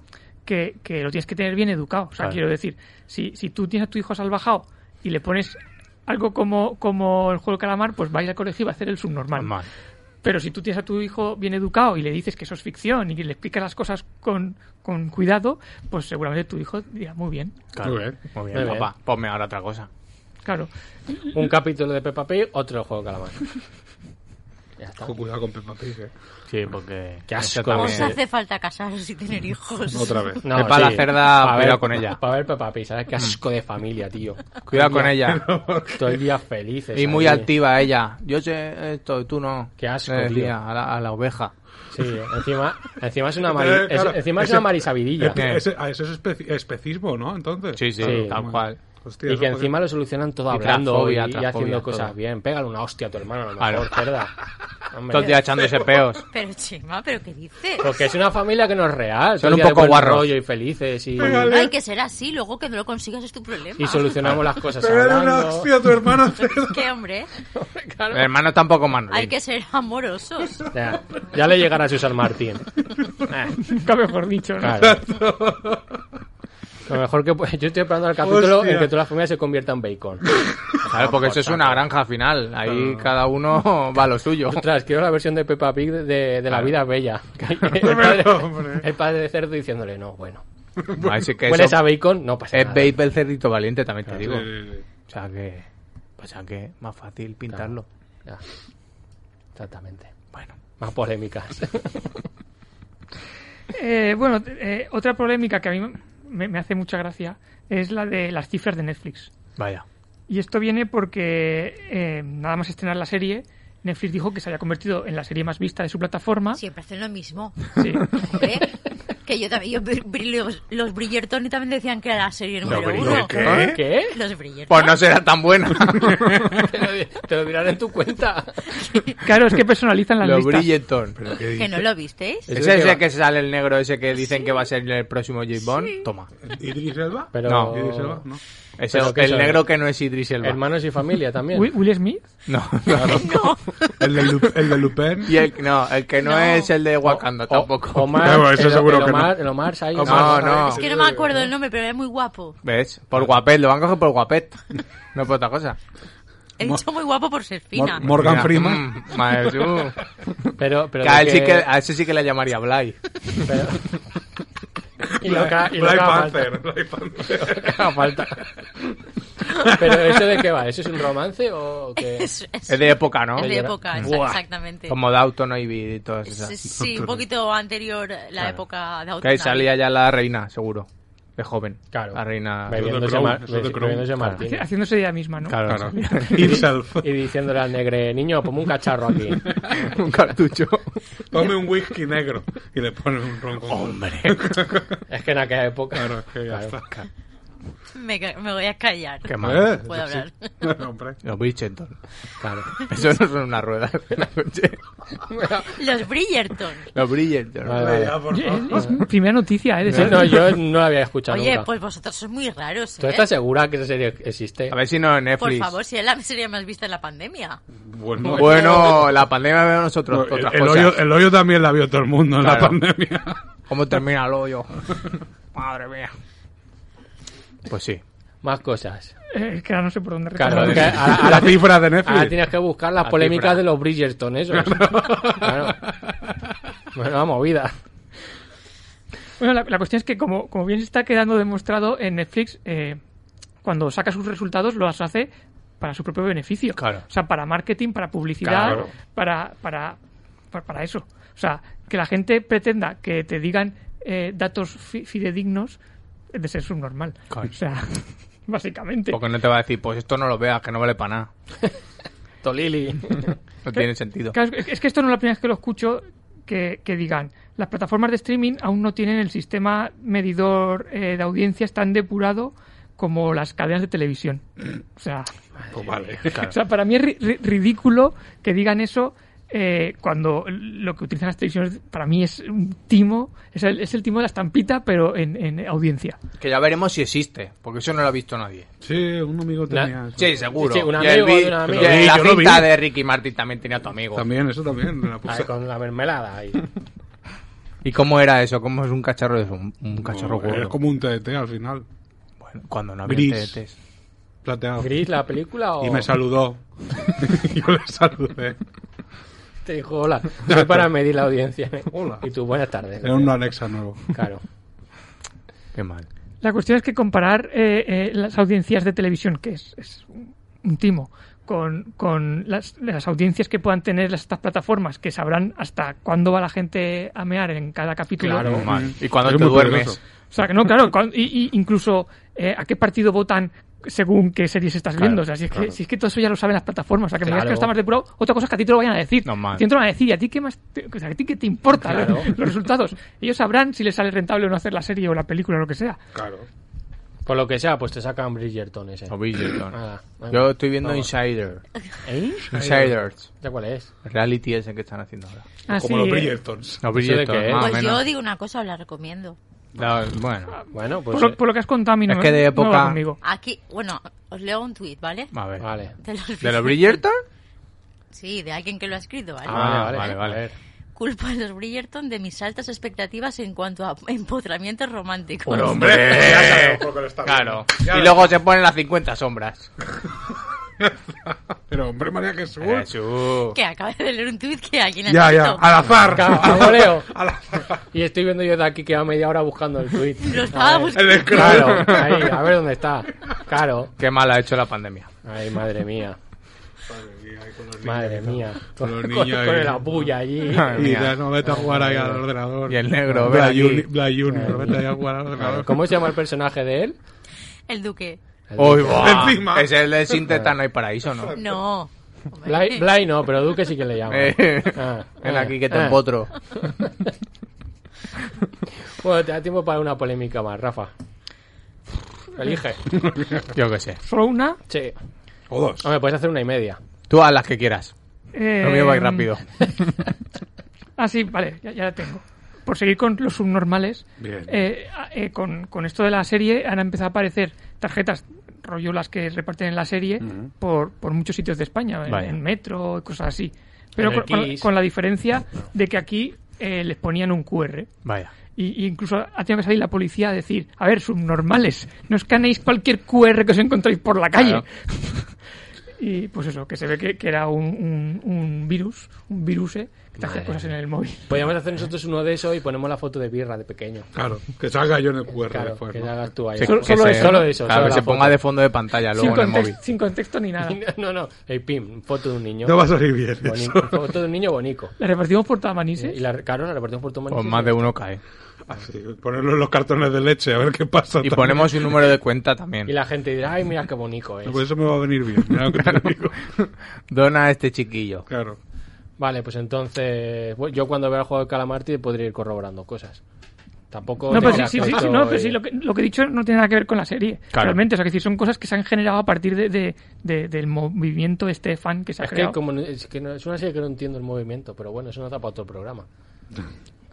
[SPEAKER 6] que, que lo tienes que tener bien educado. O sea,
[SPEAKER 8] Claro.
[SPEAKER 6] quiero decir, si, si tú tienes a tu hijo salvajado y le pones algo como, como el juego del calamar, pues va a ir al colegio y va a hacer el subnormal.
[SPEAKER 8] Normal.
[SPEAKER 6] Pero si tú tienes a tu hijo bien educado y le dices que eso es ficción y que le explicas las cosas con, con cuidado, pues seguramente tu hijo dirá muy bien.
[SPEAKER 8] Claro.
[SPEAKER 4] Muy bien.
[SPEAKER 8] Muy
[SPEAKER 3] Muy
[SPEAKER 8] bien,
[SPEAKER 3] bien.
[SPEAKER 8] papá. Ponme ahora otra cosa.
[SPEAKER 6] Claro.
[SPEAKER 3] Un capítulo de Peppa Pig, otro del juego de calamar. Ya está.
[SPEAKER 4] Ojo, cuidado con Peppa Pig, ¿eh?
[SPEAKER 8] Sí, porque.
[SPEAKER 3] Qué asco,
[SPEAKER 8] Eso también.
[SPEAKER 7] Os hace falta casarse y tener hijos.
[SPEAKER 4] Otra vez.
[SPEAKER 3] No,
[SPEAKER 8] Pepa la cerda, cuidado con ella.
[SPEAKER 3] Para ver Peppa Pig, ¿sabes? Qué asco de familia, tío.
[SPEAKER 8] Cuidado
[SPEAKER 3] Todo el
[SPEAKER 8] con
[SPEAKER 3] día-
[SPEAKER 8] ella.
[SPEAKER 3] Todo el día felices.
[SPEAKER 8] Y muy
[SPEAKER 3] ahí.
[SPEAKER 8] altiva ella. Yo sé esto y tú no.
[SPEAKER 3] Qué asco,
[SPEAKER 8] Le decía
[SPEAKER 3] tío.
[SPEAKER 8] A, la, a la oveja.
[SPEAKER 3] Sí, encima, encima es una,
[SPEAKER 4] Eh,
[SPEAKER 3] mari-
[SPEAKER 4] claro,
[SPEAKER 3] es- encima es
[SPEAKER 4] ese-
[SPEAKER 3] una marisavidilla.
[SPEAKER 4] espe- ese- ah, eso es espe- especismo, ¿no? Entonces.
[SPEAKER 8] Sí, sí,
[SPEAKER 3] Sí.
[SPEAKER 8] tal cual.
[SPEAKER 4] Hostia,
[SPEAKER 3] Y
[SPEAKER 4] eso
[SPEAKER 3] que
[SPEAKER 4] puede-
[SPEAKER 3] encima lo solucionan todo
[SPEAKER 8] Y
[SPEAKER 3] hablando
[SPEAKER 8] transfobia,
[SPEAKER 3] y- y,
[SPEAKER 8] transfobia,
[SPEAKER 3] haciendo cosas
[SPEAKER 8] todo.
[SPEAKER 3] bien. Pégale una hostia a tu hermano, a lo
[SPEAKER 8] Claro.
[SPEAKER 3] mejor, cerda. Hombre.
[SPEAKER 8] Todo el día echándose peos.
[SPEAKER 7] Pero Chema, ¿pero qué dices?
[SPEAKER 3] Porque es una familia que no es real.
[SPEAKER 8] Son
[SPEAKER 3] todo el
[SPEAKER 8] un
[SPEAKER 3] día de
[SPEAKER 8] poco
[SPEAKER 3] buen
[SPEAKER 8] guarros.
[SPEAKER 3] rollo y felices y,
[SPEAKER 7] Hay que ser así, luego que no lo consigas es tu problema.
[SPEAKER 3] y solucionamos las cosas
[SPEAKER 4] Pégale una
[SPEAKER 3] hablando.
[SPEAKER 4] hostia a tu hermano.
[SPEAKER 7] ¿Qué, hombre?
[SPEAKER 8] El hermano tampoco Manolín.
[SPEAKER 7] Hay que ser amorosos.
[SPEAKER 3] Ya, ya le llegará a su San Martín. Eh,
[SPEAKER 6] Nunca mejor dicho, ¿no?
[SPEAKER 3] claro. Lo mejor que pu- yo estoy esperando el capítulo
[SPEAKER 4] Hostia.
[SPEAKER 3] en que toda la familia se convierta en bacon.
[SPEAKER 8] Claro, porque eso es una granja al final. Ahí cada uno va a lo suyo.
[SPEAKER 3] Ostras, quiero la versión de Peppa Pig de, de la
[SPEAKER 8] Claro.
[SPEAKER 3] vida bella. El
[SPEAKER 4] Pero,
[SPEAKER 3] padre,
[SPEAKER 4] hombre.
[SPEAKER 3] el padre de cerdo diciéndole, no, bueno.
[SPEAKER 8] Ahí sí que eso
[SPEAKER 3] Hueles a bacon, no pasa
[SPEAKER 8] es
[SPEAKER 3] nada.
[SPEAKER 8] Babe el cerdito valiente, también te digo.
[SPEAKER 4] Yo
[SPEAKER 8] O sea que. O sea que más fácil pintarlo.
[SPEAKER 3] Ya. Exactamente.
[SPEAKER 8] Bueno.
[SPEAKER 3] Más polémicas.
[SPEAKER 6] Eh, bueno, eh, otra polémica que a mí me, me hace mucha gracia es la de las cifras de Netflix.
[SPEAKER 8] Vaya.
[SPEAKER 6] Y esto viene porque eh, nada más estrenar la serie, Netflix dijo que se había convertido en la serie más vista de su plataforma.
[SPEAKER 7] Siempre hacen lo mismo.
[SPEAKER 6] Sí.
[SPEAKER 7] Hombre, que yo también, yo br- br- los, los Bridgerton también decían que era la serie número uno.
[SPEAKER 3] ¿Qué?
[SPEAKER 7] Los Bridgerton.
[SPEAKER 8] Pues no será tan buena.
[SPEAKER 3] Te lo, di- te lo dirán en tu cuenta.
[SPEAKER 6] Claro, es que personalizan las
[SPEAKER 8] Lo
[SPEAKER 6] listas.
[SPEAKER 8] Bridgeton.
[SPEAKER 7] ¿Que no lo visteis?
[SPEAKER 3] Eso
[SPEAKER 8] ¿Ese
[SPEAKER 3] es
[SPEAKER 8] es
[SPEAKER 3] que
[SPEAKER 8] el que sale el negro ese que dicen que va a ser el próximo J. Bond? Toma.
[SPEAKER 4] ¿Idris Elba?
[SPEAKER 3] Pero...
[SPEAKER 8] No.
[SPEAKER 4] ¿Idris Elba? No.
[SPEAKER 8] Es
[SPEAKER 3] Pero
[SPEAKER 8] el,
[SPEAKER 3] que
[SPEAKER 8] el
[SPEAKER 3] eso-
[SPEAKER 8] negro que no es Idris Elba.
[SPEAKER 3] Hermanos y familia también.
[SPEAKER 6] Wi- Will Smith,
[SPEAKER 8] No.
[SPEAKER 4] El de, Lu- el de Lupin.
[SPEAKER 8] y el, no, el que no,
[SPEAKER 7] No.
[SPEAKER 8] es el de Wakanda
[SPEAKER 3] O-
[SPEAKER 8] tampoco.
[SPEAKER 3] Omar,
[SPEAKER 4] Claro, eso
[SPEAKER 3] el-
[SPEAKER 4] seguro
[SPEAKER 3] el
[SPEAKER 4] que no.
[SPEAKER 3] Omar, El Omar Sai-
[SPEAKER 8] No, no.
[SPEAKER 7] Es que no me acuerdo el nombre, pero era muy guapo.
[SPEAKER 8] ¿Ves? Por guapet, lo van a coger por guapet. No por otra cosa.
[SPEAKER 7] He dicho muy guapo por ser fina.
[SPEAKER 4] Mor- Morgan
[SPEAKER 8] Mira,
[SPEAKER 4] Freeman.
[SPEAKER 8] mm, madre tú.
[SPEAKER 3] Pero, pero
[SPEAKER 8] Que a, él
[SPEAKER 3] de
[SPEAKER 8] sí
[SPEAKER 3] que-
[SPEAKER 8] que, a ese sí que le llamaría Bly.
[SPEAKER 3] pero- y lo que, y lo
[SPEAKER 4] Black
[SPEAKER 3] que haga falta.
[SPEAKER 4] Panther. Black Panther.
[SPEAKER 3] Lo que haga falta. Pero eso de qué va, ¿eso es un romance o qué?
[SPEAKER 7] Es, es-
[SPEAKER 8] Es de época, ¿no?
[SPEAKER 7] es de
[SPEAKER 3] era-
[SPEAKER 7] época, exa-
[SPEAKER 8] Buah.
[SPEAKER 7] exactamente.
[SPEAKER 8] Como Daughton y todas
[SPEAKER 7] Es-
[SPEAKER 8] esas.
[SPEAKER 7] es- sí, un poquito anterior la época de
[SPEAKER 8] Que ahí
[SPEAKER 7] Autumnal.
[SPEAKER 8] salía ya la reina, seguro. De joven.
[SPEAKER 3] Claro.
[SPEAKER 8] La reina.
[SPEAKER 3] Bebiéndose,
[SPEAKER 4] Crown,
[SPEAKER 3] mar-
[SPEAKER 4] eso de Crown.
[SPEAKER 3] bebiéndose
[SPEAKER 8] Claro.
[SPEAKER 3] Martini.
[SPEAKER 6] haciéndose ella misma, ¿no?
[SPEAKER 8] Claro.
[SPEAKER 4] Claro. Himself.
[SPEAKER 3] Y diciéndole al negre, niño, ponme un cacharro aquí.
[SPEAKER 8] Un cartucho.
[SPEAKER 4] Tome un whisky negro. Y le pone un ron con... Hombre.
[SPEAKER 3] Es que en aquella época.
[SPEAKER 4] Claro, es que ya está.
[SPEAKER 7] Me, ca- me voy a callar.
[SPEAKER 8] Qué
[SPEAKER 4] ¿Eh?
[SPEAKER 8] mal.
[SPEAKER 7] Puedo hablar.
[SPEAKER 4] Bueno, ¿Eh? hombre.
[SPEAKER 8] Los Bridgeton.
[SPEAKER 3] Claro.
[SPEAKER 8] Eso no son unas ruedas. de coche.
[SPEAKER 7] Los Bridgerton.
[SPEAKER 8] Los Bridgeton.
[SPEAKER 3] Vale, vale.
[SPEAKER 4] Ya, por
[SPEAKER 6] Oye,
[SPEAKER 4] favor.
[SPEAKER 6] es, es primera noticia, ¿eh? de
[SPEAKER 3] Sí,
[SPEAKER 6] ser-
[SPEAKER 3] no, yo no la había escuchado
[SPEAKER 7] Oye,
[SPEAKER 3] nunca.
[SPEAKER 7] pues vosotros sois muy raros,
[SPEAKER 3] ¿Tú
[SPEAKER 7] ¿eh?
[SPEAKER 3] estás segura que esa serie existe?
[SPEAKER 8] A ver si no en
[SPEAKER 7] Por
[SPEAKER 8] Netflix.
[SPEAKER 7] favor, si es la serie más vista en la pandemia.
[SPEAKER 4] Bueno,
[SPEAKER 8] Bueno, la pandemia veo
[SPEAKER 4] No,
[SPEAKER 8] nosotros
[SPEAKER 4] el,
[SPEAKER 8] otras
[SPEAKER 4] el
[SPEAKER 8] cosas.
[SPEAKER 4] hoyo, el hoyo también la vio todo el mundo en la
[SPEAKER 8] Claro.
[SPEAKER 4] pandemia.
[SPEAKER 8] ¿Cómo termina el hoyo? Madre mía. Pues sí.
[SPEAKER 3] Más cosas.
[SPEAKER 6] Eh, es que ahora no sé por dónde
[SPEAKER 3] Claro,
[SPEAKER 6] retomar.
[SPEAKER 3] es que ahora-
[SPEAKER 4] A la
[SPEAKER 3] ahora-
[SPEAKER 4] cifra de Netflix.
[SPEAKER 3] Ahora tienes que buscar las
[SPEAKER 8] La
[SPEAKER 3] polémicas
[SPEAKER 8] cifra.
[SPEAKER 3] de los Bridgerton, eso. Claro. Bueno, movida.
[SPEAKER 6] Bueno, la, la cuestión es que, como, como bien se está quedando demostrado en Netflix, eh, cuando saca sus resultados, los hace para su propio beneficio.
[SPEAKER 8] Claro.
[SPEAKER 6] O sea, para marketing, para publicidad,
[SPEAKER 8] Claro.
[SPEAKER 6] para, para, para, para eso. O sea, que la gente pretenda que te digan eh, datos fi- fidedignos es de ser subnormal.
[SPEAKER 8] Claro.
[SPEAKER 6] O sea, básicamente.
[SPEAKER 8] Porque no te va a decir, pues esto no lo veas, que no vale para nada.
[SPEAKER 3] Tolili.
[SPEAKER 8] No tiene sentido.
[SPEAKER 6] Claro, es- es que esto no es la primera vez que lo escucho que, que digan. Las plataformas de streaming aún no tienen el sistema medidor eh, de audiencias tan depurado como las cadenas de televisión. O sea,
[SPEAKER 4] Pues vale.
[SPEAKER 6] o sea, para mí es ri- ri- ridículo que digan eso eh, cuando lo que utilizan las televisiones para mí es un timo, es el, es el timo de la estampita, pero en, en audiencia.
[SPEAKER 8] Que ya veremos si existe, porque eso no lo ha visto nadie.
[SPEAKER 4] Sí, un amigo tenía. eso.
[SPEAKER 8] Sí, seguro.
[SPEAKER 3] Sí, un
[SPEAKER 8] Y
[SPEAKER 3] amigo
[SPEAKER 8] el
[SPEAKER 3] de una
[SPEAKER 8] vi-
[SPEAKER 3] amiga.
[SPEAKER 8] y la
[SPEAKER 4] Yo lo vi.
[SPEAKER 8] cinta de Ricky Martin también tenía tu amigo.
[SPEAKER 4] También, eso también. la puse.
[SPEAKER 3] Ahí, con la mermelada ahí.
[SPEAKER 8] ¿Y cómo era eso? ¿Cómo es un cacharro de eso? Un, un cacharro
[SPEAKER 4] No,
[SPEAKER 8] gordo.
[SPEAKER 4] es como un TDT al final.
[SPEAKER 8] Bueno, cuando no había
[SPEAKER 4] Gris.
[SPEAKER 8] TDTs.
[SPEAKER 4] Plateado.
[SPEAKER 3] ¿Gris la película o
[SPEAKER 4] Ah. Y me saludó. Yo le saludé.
[SPEAKER 3] te dijo hola? Soy para medir la audiencia. Hola. Y tú, buenas tardes.
[SPEAKER 4] Era un Alexa nuevo.
[SPEAKER 3] Claro.
[SPEAKER 8] Qué mal.
[SPEAKER 6] La cuestión es que comparar eh, eh, las audiencias de televisión, que es, es un- un timo, con, con las, las audiencias que puedan tener las- estas plataformas, que sabrán hasta cuándo va la gente a mear en cada capítulo.
[SPEAKER 8] Claro, mal. Y cuando
[SPEAKER 4] Es
[SPEAKER 8] te
[SPEAKER 4] muy
[SPEAKER 8] duermes.
[SPEAKER 4] peligroso.
[SPEAKER 6] O sea, que no, claro, cuan- y, y incluso eh, a qué partido votan según qué series estás
[SPEAKER 8] Claro,
[SPEAKER 6] viendo. O sea, si es, que, si es que todo eso ya lo saben las plataformas. O sea, que me digas que no
[SPEAKER 3] Claro.
[SPEAKER 6] está más depurado, otra cosa es que a ti te lo vayan a decir.
[SPEAKER 8] Normal.
[SPEAKER 6] Te lo van a decir, ¿y a ti qué más te, o sea, ¿a ti qué te importa
[SPEAKER 3] Claro.
[SPEAKER 6] los, los resultados? Ellos sabrán si les sale rentable o no hacer la serie o la película o lo que sea.
[SPEAKER 4] Claro.
[SPEAKER 3] Por lo que sea, pues te sacan Bridgerton ese.
[SPEAKER 8] O Bridgerton.
[SPEAKER 3] Nada, nada.
[SPEAKER 8] Yo estoy viendo
[SPEAKER 3] Vamos.
[SPEAKER 8] Insider.
[SPEAKER 3] ¿Eh?
[SPEAKER 8] Insiders.
[SPEAKER 3] ¿Ya cuál es?
[SPEAKER 8] Reality ese que están haciendo ahora.
[SPEAKER 6] Ah,
[SPEAKER 4] Como
[SPEAKER 6] sí,
[SPEAKER 4] los
[SPEAKER 6] eh,
[SPEAKER 4] Bridgertons.
[SPEAKER 8] No,
[SPEAKER 3] ¿Eso de
[SPEAKER 8] Bridgerton.
[SPEAKER 3] qué es?
[SPEAKER 8] más o
[SPEAKER 7] Pues yo
[SPEAKER 8] Ah, menos.
[SPEAKER 7] digo una cosa, os la recomiendo.
[SPEAKER 8] La- bueno,
[SPEAKER 3] Bueno, pues.
[SPEAKER 6] Por lo, por lo que has contado, a mí no
[SPEAKER 8] eh, Es
[SPEAKER 6] me-
[SPEAKER 8] que de
[SPEAKER 6] no
[SPEAKER 8] época-
[SPEAKER 6] va conmigo.
[SPEAKER 7] Aquí, bueno, os leo un tuit, ¿vale?
[SPEAKER 8] a ver.
[SPEAKER 3] Vale.
[SPEAKER 7] De los,
[SPEAKER 8] ¿De los Bridgerton?
[SPEAKER 7] Sí, de alguien que lo ha escrito, ¿vale?
[SPEAKER 8] Ah,
[SPEAKER 3] vale,
[SPEAKER 8] vale,
[SPEAKER 3] vale.
[SPEAKER 8] vale.
[SPEAKER 7] Culpa a los Bridgerton de mis altas expectativas en cuanto a empotramientos románticos.
[SPEAKER 8] ¡Hombre!
[SPEAKER 4] porque lo está
[SPEAKER 8] Claro.
[SPEAKER 4] viendo.
[SPEAKER 8] Y luego se ponen las 50 sombras.
[SPEAKER 4] Pero hombre, María
[SPEAKER 8] Eh,
[SPEAKER 4] Jesús.
[SPEAKER 8] Jesús.
[SPEAKER 7] Que acabé de leer un tuit que alguien ha
[SPEAKER 4] Ya, Ah. ya.
[SPEAKER 7] escrito.
[SPEAKER 4] Al azar.
[SPEAKER 3] Cabo, Leo.
[SPEAKER 4] Al azar.
[SPEAKER 3] Y estoy viendo yo de aquí que va media hora buscando el tweet.
[SPEAKER 7] Lo estaba
[SPEAKER 3] A ver.
[SPEAKER 7] buscando.
[SPEAKER 4] El escroto.
[SPEAKER 3] Claro, ahí, a ver dónde está. Claro.
[SPEAKER 8] Qué mal ha hecho la pandemia.
[SPEAKER 3] Ay, madre mía. Madre mía.
[SPEAKER 4] Con los
[SPEAKER 3] Con,
[SPEAKER 4] niños ahí.
[SPEAKER 3] con la bulla allí.
[SPEAKER 8] Madre
[SPEAKER 4] Y
[SPEAKER 8] mía.
[SPEAKER 4] ya no vete a jugar ahí al ordenador.
[SPEAKER 8] Y el negro, ven
[SPEAKER 4] Bla
[SPEAKER 8] aquí.
[SPEAKER 4] Juni- Bla Junior, vete ahí a jugar al ordenador.
[SPEAKER 3] ¿Cómo se llama el personaje de él?
[SPEAKER 7] El duque.
[SPEAKER 3] El
[SPEAKER 8] Uy,
[SPEAKER 3] Duque.
[SPEAKER 8] buah.
[SPEAKER 4] Encima.
[SPEAKER 8] Es el de Sinteta no hay paraíso, ¿no?
[SPEAKER 7] No. hombre.
[SPEAKER 3] Blay, Blay no, pero Duque sí que le llama.
[SPEAKER 8] Eh,
[SPEAKER 3] Ah,
[SPEAKER 8] Ven
[SPEAKER 3] ah,
[SPEAKER 8] aquí que te
[SPEAKER 3] ah.
[SPEAKER 8] empotro.
[SPEAKER 3] Bueno, te da tiempo para una polémica más, Rafa. Elige.
[SPEAKER 8] Yo qué sé.
[SPEAKER 6] Solo una.
[SPEAKER 3] Sí.
[SPEAKER 4] O dos.
[SPEAKER 3] Hombre, puedes hacer una y media.
[SPEAKER 8] Tú haz las que quieras.
[SPEAKER 6] Eh,
[SPEAKER 8] Lo mío va a ir rápido.
[SPEAKER 6] Ah, sí, vale, ya, ya la tengo. Por seguir con los subnormales,
[SPEAKER 4] Bien.
[SPEAKER 6] eh, a- eh, con, con esto de la serie han empezado a aparecer tarjetas, rollo las que reparten en la serie, por, por muchos sitios de España, en,
[SPEAKER 8] Vaya.
[SPEAKER 6] en metro y cosas así. Pero
[SPEAKER 3] En el
[SPEAKER 6] con, con-
[SPEAKER 3] Kiss.
[SPEAKER 6] con la diferencia de que aquí eh, les ponían un QR.
[SPEAKER 8] Vaya.
[SPEAKER 6] Y, y incluso ha tenido que salir la policía a decir, a ver, subnormales, no escaneéis cualquier QR que os encontréis por la calle.
[SPEAKER 8] Claro.
[SPEAKER 6] y pues eso, que se ve que, que era un, un- un virus, un virus eh, que te hace
[SPEAKER 3] Madre
[SPEAKER 6] cosas en el móvil.
[SPEAKER 3] Podríamos hacer nosotros uno de esos y ponemos la foto de birra de pequeño.
[SPEAKER 4] Claro, que salga yo en el QR
[SPEAKER 3] Claro,
[SPEAKER 4] después.
[SPEAKER 3] que
[SPEAKER 4] ¿no?
[SPEAKER 3] ya hagas tú ahí.
[SPEAKER 8] Sí,
[SPEAKER 6] Solo-
[SPEAKER 8] que
[SPEAKER 6] solo
[SPEAKER 8] se-
[SPEAKER 6] eso.
[SPEAKER 3] Solo eso,
[SPEAKER 8] Claro,
[SPEAKER 3] solo
[SPEAKER 8] que
[SPEAKER 3] la
[SPEAKER 8] se
[SPEAKER 3] foto.
[SPEAKER 8] ponga de fondo de pantalla
[SPEAKER 6] Sin,
[SPEAKER 8] luego en el
[SPEAKER 6] context-
[SPEAKER 8] móvil.
[SPEAKER 6] sin contexto ni nada.
[SPEAKER 3] No, no, el pim, foto de un niño.
[SPEAKER 4] No va a salir bien eso.
[SPEAKER 3] Bonico, foto de un niño bonito.
[SPEAKER 6] La repartimos por
[SPEAKER 3] Y
[SPEAKER 6] Tamanises.
[SPEAKER 3] la, claro, la repartimos por tu mano.
[SPEAKER 8] Pues más de uno cae.
[SPEAKER 4] Así, ponerlo en los cartones de leche, a ver qué pasa.
[SPEAKER 8] Y
[SPEAKER 4] también.
[SPEAKER 8] ponemos un número de cuenta también.
[SPEAKER 3] Y la gente dirá, ay, mira qué bonito es.
[SPEAKER 4] No, pues eso me va a venir bien, mira lo que te digo.
[SPEAKER 8] Dona a este chiquillo.
[SPEAKER 4] Claro.
[SPEAKER 3] Vale, pues entonces, bueno, yo cuando vea el juego de Calamarti podré ir corroborando cosas. Tampoco.
[SPEAKER 6] No,
[SPEAKER 3] te
[SPEAKER 6] pero sí,
[SPEAKER 3] creas
[SPEAKER 6] sí,
[SPEAKER 3] que
[SPEAKER 6] sí,
[SPEAKER 3] esto-
[SPEAKER 6] sí, no, pero sí, lo que, lo que he dicho no tiene nada que ver con la serie.
[SPEAKER 8] Claro.
[SPEAKER 6] Realmente, o sea, que decir, son cosas que se han generado a partir de, de- de- del movimiento este fan que se ha
[SPEAKER 3] Es que,
[SPEAKER 6] creado.
[SPEAKER 3] como, no- es, que no- es una serie que no entiendo el movimiento, pero bueno, eso no da para otro programa.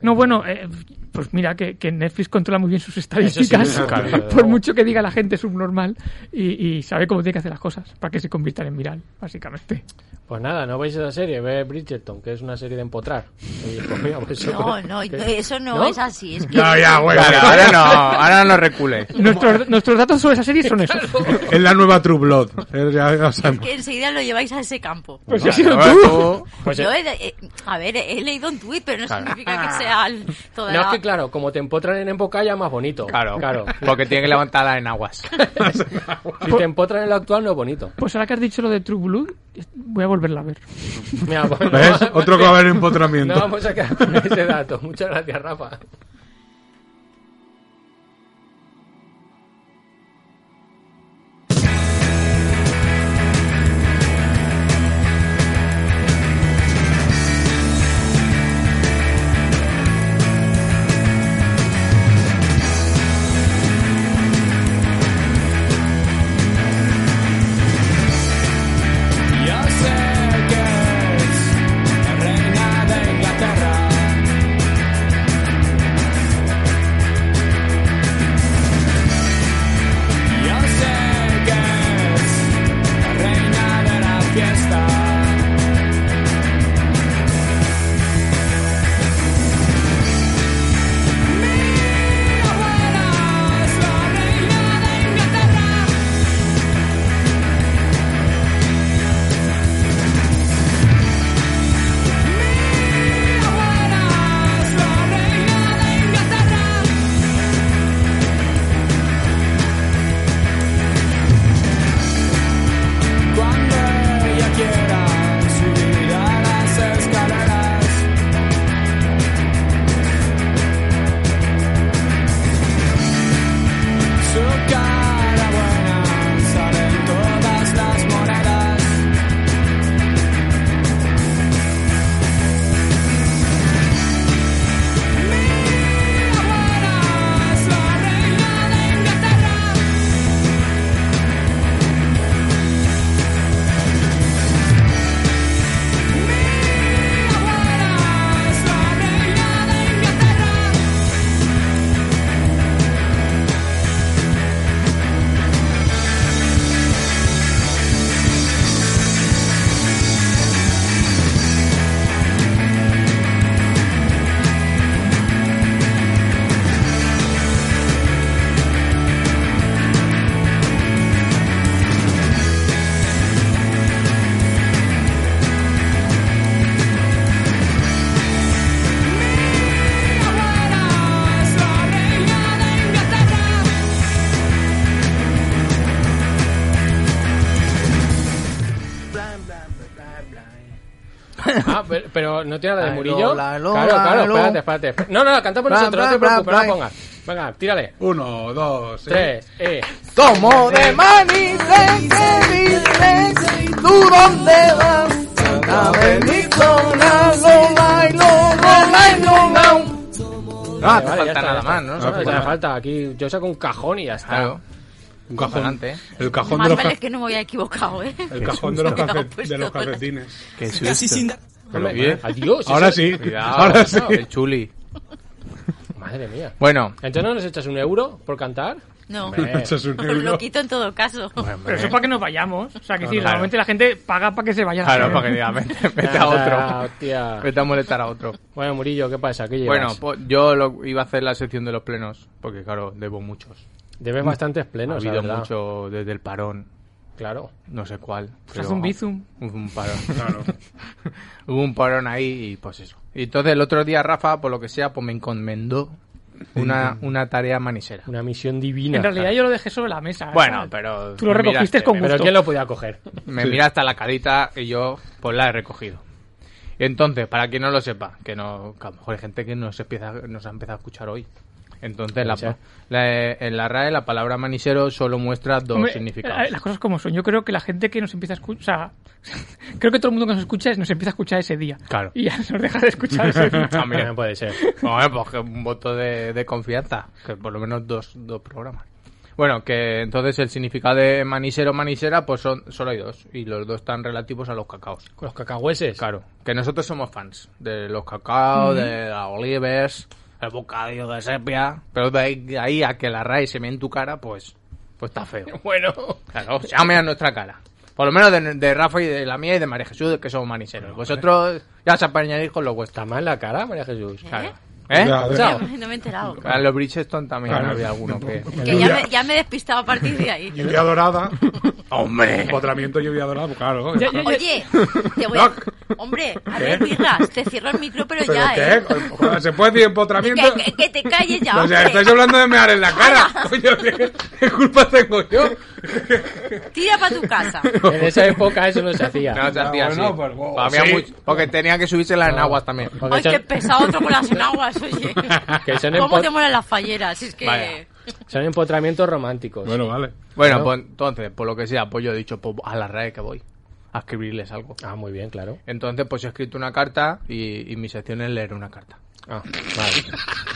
[SPEAKER 6] No, bueno, eh, pues mira, que, que Netflix controla muy bien sus estadísticas.
[SPEAKER 3] sí, claro, desde
[SPEAKER 6] por
[SPEAKER 3] luego.
[SPEAKER 6] mucho que diga la gente subnormal y, y sabe cómo tiene que hacer las cosas para que se conviertan en viral, básicamente.
[SPEAKER 3] Pues nada, no veis esa serie, ve Bridgerton, que es una serie de empotrar. Y, pues, mira, pues, eso-
[SPEAKER 7] No, no, eso no,
[SPEAKER 3] ¿No?
[SPEAKER 7] es así. Es que
[SPEAKER 4] No, Ah, ya, güey.
[SPEAKER 8] Claro, ahora no, ahora no recules.
[SPEAKER 6] Nuestros, nuestros datos sobre esa serie son esos.
[SPEAKER 4] Es la nueva True Blood. Eh, ya- ya sabemos.
[SPEAKER 7] que enseguida lo lleváis a ese campo.
[SPEAKER 6] Pues si ha sido
[SPEAKER 8] Ahora
[SPEAKER 6] tú.
[SPEAKER 8] tú-
[SPEAKER 3] pues, eh,
[SPEAKER 7] Yo he- eh, a ver, he leído un tuit, pero no significa que sea el- toda
[SPEAKER 3] no, es
[SPEAKER 7] la-
[SPEAKER 3] que claro, como te empotran en Embocaya, más bonito.
[SPEAKER 8] Claro,
[SPEAKER 3] claro.
[SPEAKER 8] Porque tiene que levantarla en aguas.
[SPEAKER 3] Si te empotran en lo actual, no es bonito.
[SPEAKER 6] Pues ahora que has dicho lo de True Blue, voy a volverla a ver.
[SPEAKER 3] Mira, pues,
[SPEAKER 4] ¿Ves?
[SPEAKER 3] no,
[SPEAKER 4] Otro que va a haber empotramiento.
[SPEAKER 3] No vamos a quedar con ese dato. Muchas gracias, Rafa.
[SPEAKER 10] Yo sé que es reina de Inglaterra. Yo sé que es reina de la fiesta. Mi abuela es la reina de Inglaterra. Cuando ella quiera subir a las escaleras, su cara buena sale en todas las monedas.
[SPEAKER 3] Ah, pero, pero no tiene la de
[SPEAKER 8] Ay,
[SPEAKER 3] Murillo.
[SPEAKER 8] Lola, Lola,
[SPEAKER 3] claro, claro,
[SPEAKER 8] Lola.
[SPEAKER 3] espérate, espérate, espérate. No, no, cantamos
[SPEAKER 8] Bla,
[SPEAKER 3] nosotros, no te
[SPEAKER 8] bla,
[SPEAKER 3] preocupes,
[SPEAKER 8] bla,
[SPEAKER 3] no la
[SPEAKER 8] bla.
[SPEAKER 3] pongas. Venga, tírale.
[SPEAKER 4] Uno, dos, tres.
[SPEAKER 3] Tres, eh.
[SPEAKER 8] Como de mani se te dice, tú dónde vas. A venir con la lola y lola y lola. Ah,
[SPEAKER 3] Vale, ya
[SPEAKER 8] No hace falta
[SPEAKER 3] está, ya
[SPEAKER 8] nada
[SPEAKER 3] está.
[SPEAKER 8] más, ¿no? pues,
[SPEAKER 3] No, no, hace falta. Aquí yo saco un cajón y ya está.
[SPEAKER 8] Claro.
[SPEAKER 4] Un cajón.
[SPEAKER 8] Impresionante, ¿eh?
[SPEAKER 4] El cajón de
[SPEAKER 7] Más
[SPEAKER 4] los,
[SPEAKER 7] vale
[SPEAKER 4] ca-
[SPEAKER 7] que no me había equivocado, ¿eh?
[SPEAKER 4] el cajón de los,
[SPEAKER 7] susto.
[SPEAKER 4] cafet-
[SPEAKER 7] Me ha puesto
[SPEAKER 4] de los
[SPEAKER 7] ahora.
[SPEAKER 4] cafetines.
[SPEAKER 8] Qué
[SPEAKER 10] Casi sin dar.
[SPEAKER 3] Hombre,
[SPEAKER 8] bien.
[SPEAKER 3] Adiós. eso-
[SPEAKER 4] Ahora sí.
[SPEAKER 8] Cuidado,
[SPEAKER 4] Ahora sí.
[SPEAKER 8] El chuli.
[SPEAKER 3] Madre mía.
[SPEAKER 8] Bueno,
[SPEAKER 3] Entonces no nos echas un euro por cantar.
[SPEAKER 7] No,
[SPEAKER 3] Hombre.
[SPEAKER 4] Eso es un
[SPEAKER 7] os
[SPEAKER 4] euro.
[SPEAKER 7] lo quito en todo caso.
[SPEAKER 6] Pero
[SPEAKER 8] Eh,
[SPEAKER 6] eso es para que nos vayamos. O sea, que sí,
[SPEAKER 8] Claro.
[SPEAKER 6] normalmente la gente paga para que se vaya.
[SPEAKER 8] claro, para que diga, vete, vete a
[SPEAKER 3] Ah,
[SPEAKER 8] otro.
[SPEAKER 3] hostia.
[SPEAKER 8] Vete a molestar a otro.
[SPEAKER 3] Bueno, Murillo, ¿qué pasa? ¿Qué
[SPEAKER 8] Bueno,
[SPEAKER 3] llevas?
[SPEAKER 8] pues yo lo- iba a hacer la sección de los plenos, porque claro, debo muchos.
[SPEAKER 3] Debes bastantes
[SPEAKER 8] ha
[SPEAKER 3] plenos,
[SPEAKER 8] habido
[SPEAKER 3] la verdad.
[SPEAKER 8] mucho desde el parón,
[SPEAKER 3] Claro.
[SPEAKER 8] no sé cuál. pero-
[SPEAKER 6] Pues haz un bizum.
[SPEAKER 8] Hubo un parón.
[SPEAKER 4] Claro.
[SPEAKER 8] Hubo un parón ahí y pues eso. Y entonces el otro día Rafa, por lo que sea, pues me encomendó una, una tarea manisera.
[SPEAKER 3] Una misión divina.
[SPEAKER 6] En realidad yo lo dejé sobre la mesa.
[SPEAKER 8] Bueno,
[SPEAKER 6] ¿sabes?
[SPEAKER 8] pero...
[SPEAKER 6] Tú lo
[SPEAKER 8] me
[SPEAKER 6] recogiste
[SPEAKER 8] miraste,
[SPEAKER 6] con
[SPEAKER 8] me
[SPEAKER 3] Pero
[SPEAKER 6] gusto.
[SPEAKER 3] ¿quién lo podía coger?
[SPEAKER 8] Me mira hasta la carita y yo pues la he recogido. Entonces, para quien no lo sepa, que no, que a lo mejor hay gente que nos empieza, nos ha empezado a escuchar hoy. Entonces, la,
[SPEAKER 3] Puede ser.
[SPEAKER 8] la- en la RAE la palabra manisero solo muestra dos
[SPEAKER 6] Hombre, eh,
[SPEAKER 8] significados.
[SPEAKER 6] Las cosas como son. Yo creo que la gente que nos empieza a escuchar. creo que todo el mundo que nos escucha nos empieza a escuchar ese día.
[SPEAKER 8] Claro.
[SPEAKER 6] Y ya nos deja de escuchar ese día.
[SPEAKER 8] Ah, mira.
[SPEAKER 3] También puede ser.
[SPEAKER 8] Hombre, pues que un voto de, de confianza, que por lo menos dos, dos programas. Bueno, que entonces el significado de manisero o manisera, pues son, solo hay dos. Y los dos están relativos a los cacaos.
[SPEAKER 3] Con los cacahueses.
[SPEAKER 8] Claro, que nosotros somos fans de los cacaos, de las olives, el bocadillo de sepia. Pero de ahí, de ahí a que la raíz se me en tu cara, pues, pues está feo.
[SPEAKER 3] Bueno.
[SPEAKER 8] Claro, llame a nuestra cara. Por lo menos de, de Rafa y de la mía y de María Jesús, que somos maniseros. Vosotros ya se apañaréis con lo vuestro.
[SPEAKER 3] ¿Está mal la cara, María Jesús?
[SPEAKER 4] Ya,
[SPEAKER 8] Claro. ¿Eh?
[SPEAKER 4] ya.
[SPEAKER 3] Chao.
[SPEAKER 7] No me he enterado.
[SPEAKER 8] A los Bridgestone también
[SPEAKER 4] Claro.
[SPEAKER 8] había alguno que...
[SPEAKER 7] Que ya me, ya me he despistado a partir de ahí.
[SPEAKER 4] Lluvia dorada,
[SPEAKER 8] ¡Hombre!
[SPEAKER 4] empotramiento lluvia dorada, pues claro.
[SPEAKER 6] Ya, ya, ya.
[SPEAKER 7] Oye, te voy a... Hombre, a ver, birras, te cierro el micro, pero,
[SPEAKER 4] ¿Pero
[SPEAKER 7] ya, ¿eh?
[SPEAKER 4] qué? Joder, ¿Se puede decir empotramiento?
[SPEAKER 7] Que, que- que te calles ya,
[SPEAKER 4] O sea,
[SPEAKER 7] hombre.
[SPEAKER 4] estáis hablando de mear en la cara. Coño, ¿qué, qué culpa tengo yo?
[SPEAKER 7] Tira para tu casa.
[SPEAKER 3] En esa época eso no se hacía.
[SPEAKER 8] No, se hacía así.
[SPEAKER 4] bueno, pues, wow,
[SPEAKER 8] Había
[SPEAKER 4] sí.
[SPEAKER 8] mucho- Porque tenía que subirse las enaguas también.
[SPEAKER 3] Porque
[SPEAKER 7] Ay,
[SPEAKER 3] son-
[SPEAKER 7] qué pesado otro con las enaguas, oye.
[SPEAKER 3] Que son
[SPEAKER 7] ¿Cómo
[SPEAKER 3] empo-
[SPEAKER 7] te molan las falleras? Es que...
[SPEAKER 8] Vaya.
[SPEAKER 3] Son empotramientos románticos.
[SPEAKER 4] Bueno, vale.
[SPEAKER 8] Bueno, pues entonces, por lo que sea, pues yo he dicho, pues a la RAE que voy a escribirles algo.
[SPEAKER 3] Ah, muy bien, claro.
[SPEAKER 8] Entonces, pues he escrito una carta y, y mi sección es leer una carta.
[SPEAKER 3] Ah, vale.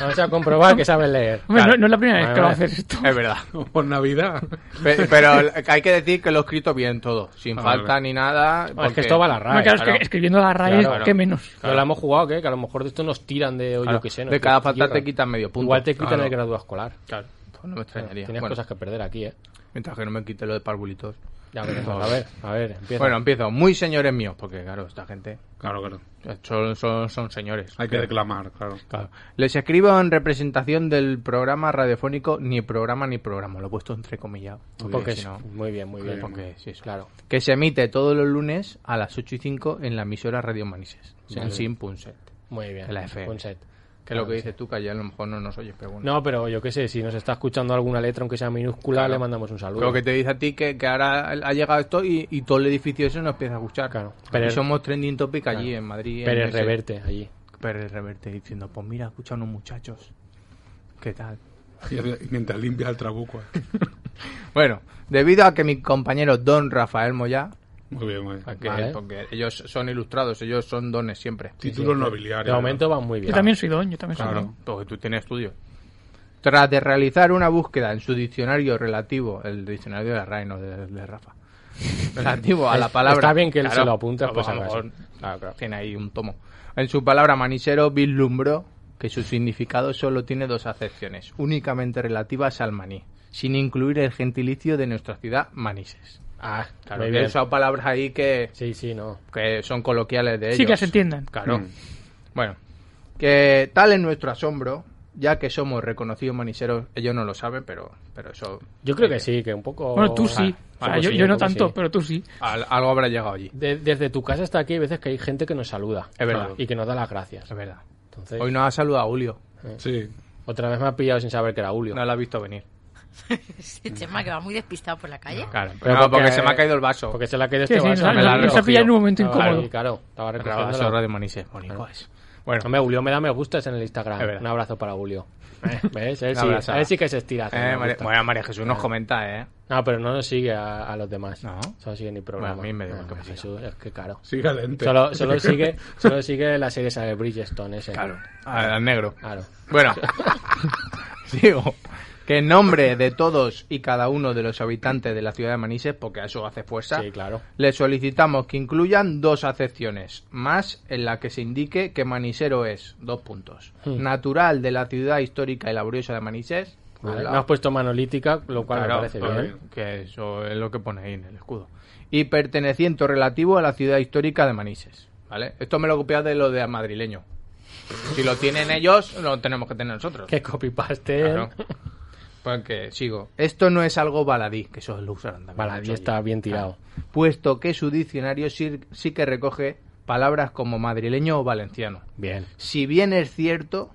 [SPEAKER 3] Vamos a comprobar que sabes leer.
[SPEAKER 6] Hombre,
[SPEAKER 8] Claro.
[SPEAKER 6] no, no es la primera vez
[SPEAKER 3] Vale,
[SPEAKER 6] que va a
[SPEAKER 3] vale.
[SPEAKER 6] hacer esto.
[SPEAKER 8] Es verdad.
[SPEAKER 4] Por Navidad.
[SPEAKER 8] Pe- Pero hay que decir que lo he escrito bien todo, sin
[SPEAKER 4] Ah,
[SPEAKER 8] falta
[SPEAKER 4] vale.
[SPEAKER 8] ni nada.
[SPEAKER 3] Ah, es que
[SPEAKER 8] porque-
[SPEAKER 3] esto va a la
[SPEAKER 6] Hombre,
[SPEAKER 3] RAE.
[SPEAKER 6] claro, es
[SPEAKER 8] claro.
[SPEAKER 6] que escribiendo a raíz,
[SPEAKER 8] Claro, claro.
[SPEAKER 6] que menos.
[SPEAKER 3] No la hemos jugado, ¿qué? Que a lo mejor de esto nos tiran de, o
[SPEAKER 8] Claro,
[SPEAKER 3] yo qué sé. no
[SPEAKER 8] de
[SPEAKER 3] sé,
[SPEAKER 8] cada falta
[SPEAKER 3] tierra.
[SPEAKER 8] te quitan medio punto.
[SPEAKER 3] Igual te quitan
[SPEAKER 8] Claro.
[SPEAKER 3] el graduado escolar.
[SPEAKER 8] Claro, pues no me extrañaría.
[SPEAKER 3] Tienes
[SPEAKER 8] Bueno,
[SPEAKER 3] cosas que perder aquí, ¿eh?
[SPEAKER 8] Mientras que no me quite lo de parvulitos.
[SPEAKER 3] Ya veremos. A ver, a ver, empieza.
[SPEAKER 8] Bueno, empiezo. Muy señores míos, porque claro, esta gente
[SPEAKER 4] Claro, claro.
[SPEAKER 8] son, son, son señores.
[SPEAKER 4] Hay que declamar, claro.
[SPEAKER 8] Claro. Les escribo en representación del programa radiofónico Ni programa ni programa. Lo he puesto entre comillas.
[SPEAKER 3] porque es- Muy bien, muy bien.
[SPEAKER 8] Porque sí, eso.
[SPEAKER 3] Claro.
[SPEAKER 8] Que se emite todos los lunes a las 8 y 5 en la emisora Radio Manises.
[SPEAKER 3] Vale.
[SPEAKER 8] En Sin Punset.
[SPEAKER 3] Muy bien.
[SPEAKER 8] De la FM.
[SPEAKER 3] Un set.
[SPEAKER 8] Que es lo que dices tú, que allá a lo mejor no nos oyes, pero bueno.
[SPEAKER 3] No, pero yo qué sé, si nos está escuchando alguna letra, aunque sea minúscula, le mandamos un saludo.
[SPEAKER 8] Lo que te dice a ti que, que ahora ha llegado esto y, y todo el edificio ese nos empieza a escuchar.
[SPEAKER 3] Claro.
[SPEAKER 8] Pero
[SPEAKER 3] Pero-
[SPEAKER 8] somos trending topic allí en Madrid.
[SPEAKER 3] Pérez
[SPEAKER 8] en ese-
[SPEAKER 3] Reverte, allí.
[SPEAKER 8] Pérez Reverte diciendo, pues mira, escucha a unos muchachos. ¿Qué tal?
[SPEAKER 4] Y y mientras limpia el trabuco. eh.
[SPEAKER 8] Bueno, debido a que mi compañero Don Rafael Moyá,
[SPEAKER 4] Muy bien, muy bien.
[SPEAKER 8] que-
[SPEAKER 3] Vale.
[SPEAKER 8] porque ellos son ilustrados, ellos son dones siempre.
[SPEAKER 4] Títulos
[SPEAKER 3] De
[SPEAKER 4] nobiliarios.
[SPEAKER 3] momento van muy bien.
[SPEAKER 6] Yo también soy don, yo también soy
[SPEAKER 4] Claro.
[SPEAKER 6] don.
[SPEAKER 8] Porque tú tienes estudios. Tras de realizar una búsqueda en su diccionario relativo, el diccionario de la RAE, no de, de Rafa, relativo a la palabra.
[SPEAKER 3] Está bien que él se lo apunta,
[SPEAKER 8] no,
[SPEAKER 3] pues,
[SPEAKER 8] a lo
[SPEAKER 3] al caso.
[SPEAKER 8] mejor, claro, claro, Tiene ahí un tomo. En su palabra, manisero vislumbró que su significado solo tiene dos acepciones, únicamente relativas al maní, sin incluir el gentilicio de nuestra ciudad, manises.
[SPEAKER 3] Ah,
[SPEAKER 8] Claro,
[SPEAKER 3] muy
[SPEAKER 8] que he
[SPEAKER 3] bien.
[SPEAKER 8] usado palabras ahí que,
[SPEAKER 3] Sí, sí, no. Mm.
[SPEAKER 8] que son coloquiales de ellos.
[SPEAKER 6] Sí, que se entiendan.
[SPEAKER 8] Claro. Bueno, que tal es nuestro asombro, ya que somos reconocidos maniseros, ellos no lo saben, pero, pero eso.
[SPEAKER 3] Yo creo que sí, que un poco.
[SPEAKER 6] Bueno,
[SPEAKER 8] Oh,
[SPEAKER 6] tú sí.
[SPEAKER 3] Ah,
[SPEAKER 6] O sea,
[SPEAKER 3] algo
[SPEAKER 6] yo,
[SPEAKER 3] sí,
[SPEAKER 6] yo no
[SPEAKER 3] algo
[SPEAKER 6] tanto,
[SPEAKER 3] sí.
[SPEAKER 6] pero tú sí.
[SPEAKER 8] al- algo habrá llegado allí.
[SPEAKER 3] De- desde tu casa hasta aquí hay veces que hay gente que nos saluda.
[SPEAKER 8] Es verdad.
[SPEAKER 3] Y que nos da las gracias.
[SPEAKER 8] Es verdad.
[SPEAKER 3] Entonces,
[SPEAKER 8] Hoy nos ha saludado Julio,
[SPEAKER 4] Sí.
[SPEAKER 3] otra vez me ha pillado sin saber que era Julio.
[SPEAKER 8] no lo ha visto venir.
[SPEAKER 7] Sí, Chema, este que va muy despistado por la calle.
[SPEAKER 8] Claro,
[SPEAKER 3] Pero
[SPEAKER 8] no, porque,
[SPEAKER 3] porque-
[SPEAKER 8] se me ha caído el vaso.
[SPEAKER 3] Porque se la ha caído
[SPEAKER 6] Que
[SPEAKER 3] este
[SPEAKER 6] sí,
[SPEAKER 3] vaso.
[SPEAKER 6] no,
[SPEAKER 8] me la
[SPEAKER 6] no,
[SPEAKER 8] ha
[SPEAKER 6] no se ha
[SPEAKER 8] recogido.
[SPEAKER 6] pillado en un momento
[SPEAKER 3] Estaba-
[SPEAKER 6] incómodo.
[SPEAKER 3] sí, claro, estaba
[SPEAKER 8] El
[SPEAKER 3] recogiéndolo.
[SPEAKER 8] vaso de manises, bonito es. Bueno,
[SPEAKER 3] Hombre, Julio me da me gustas en el Instagram.
[SPEAKER 8] Es verdad.
[SPEAKER 3] Un abrazo para Julio. Eh, ¿Ves? Él
[SPEAKER 8] Una
[SPEAKER 3] sí,
[SPEAKER 8] abrazada.
[SPEAKER 3] él sí que se estira. haciendo
[SPEAKER 8] eh,
[SPEAKER 3] me
[SPEAKER 8] María,
[SPEAKER 3] gusta.
[SPEAKER 8] bueno, María Jesús nos comenta, ¿eh?
[SPEAKER 3] No, pero no nos sigue a, a los demás.
[SPEAKER 8] No.
[SPEAKER 3] Solo sigue mi programa.
[SPEAKER 8] Bueno, a mí me da igual
[SPEAKER 3] Ah,
[SPEAKER 8] que me
[SPEAKER 3] Jesús, es que claro.
[SPEAKER 4] Sigue adelante.
[SPEAKER 3] Solo, solo sigue, solo sigue la serie esa de Bridgestone ese.
[SPEAKER 8] Claro, al, al negro.
[SPEAKER 3] Claro.
[SPEAKER 8] Bueno, sigo. Que en nombre de todos y cada uno de los habitantes de la ciudad de Manises, porque a eso hace fuerza,
[SPEAKER 3] Sí, claro.
[SPEAKER 8] le solicitamos que incluyan dos acepciones, más en la que se indique que Manisero es, dos puntos,
[SPEAKER 3] Hmm.
[SPEAKER 8] natural de la ciudad histórica y laboriosa de Manises,
[SPEAKER 3] Vale.
[SPEAKER 8] al
[SPEAKER 3] No
[SPEAKER 8] lado.
[SPEAKER 3] has puesto manolítica, lo cual
[SPEAKER 8] Claro,
[SPEAKER 3] me parece
[SPEAKER 8] pues,
[SPEAKER 3] bien.
[SPEAKER 8] que eso es lo que pone ahí en el escudo, y perteneciente o relativo a la ciudad histórica de Manises, ¿vale? Esto me lo he copiado de lo de madrileño. Si lo tienen ellos, lo tenemos que tener nosotros.
[SPEAKER 3] Que copypaste.
[SPEAKER 8] Claro. Porque sigo. Esto no es algo baladí, que eso lo usaron también.
[SPEAKER 3] Baladí
[SPEAKER 8] mucho allí.
[SPEAKER 3] está bien tirado.
[SPEAKER 8] Puesto que su diccionario sí, sí que recoge palabras como madrileño o valenciano.
[SPEAKER 3] Bien.
[SPEAKER 8] Si bien es cierto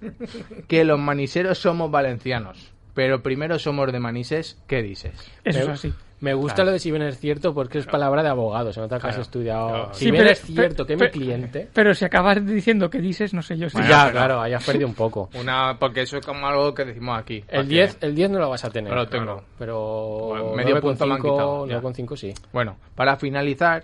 [SPEAKER 8] que los maniseros somos valencianos, pero primero somos de manises, ¿qué dices?
[SPEAKER 6] Eso es
[SPEAKER 3] Me-
[SPEAKER 6] así.
[SPEAKER 3] Me gusta lo de si bien es cierto porque es palabra de abogado. Se nota que has
[SPEAKER 8] Claro.
[SPEAKER 3] estudiado.
[SPEAKER 8] Claro.
[SPEAKER 3] Si
[SPEAKER 6] Sí,
[SPEAKER 3] bien
[SPEAKER 6] pero-
[SPEAKER 3] es cierto que mi
[SPEAKER 6] pero-
[SPEAKER 3] cliente.
[SPEAKER 6] Pero si acabas diciendo que dices, no sé yo. si-
[SPEAKER 3] ya, claro, ahí has perdido un poco.
[SPEAKER 8] Una, porque eso es como algo que decimos aquí.
[SPEAKER 3] El
[SPEAKER 8] Porque-
[SPEAKER 3] 10, el 10 no lo vas a tener.
[SPEAKER 8] No lo tengo.
[SPEAKER 3] Pero.
[SPEAKER 8] Bueno, medio punto me han
[SPEAKER 3] 9,5
[SPEAKER 8] quitado, ya.
[SPEAKER 3] 9,5 sí.
[SPEAKER 8] Bueno, para finalizar,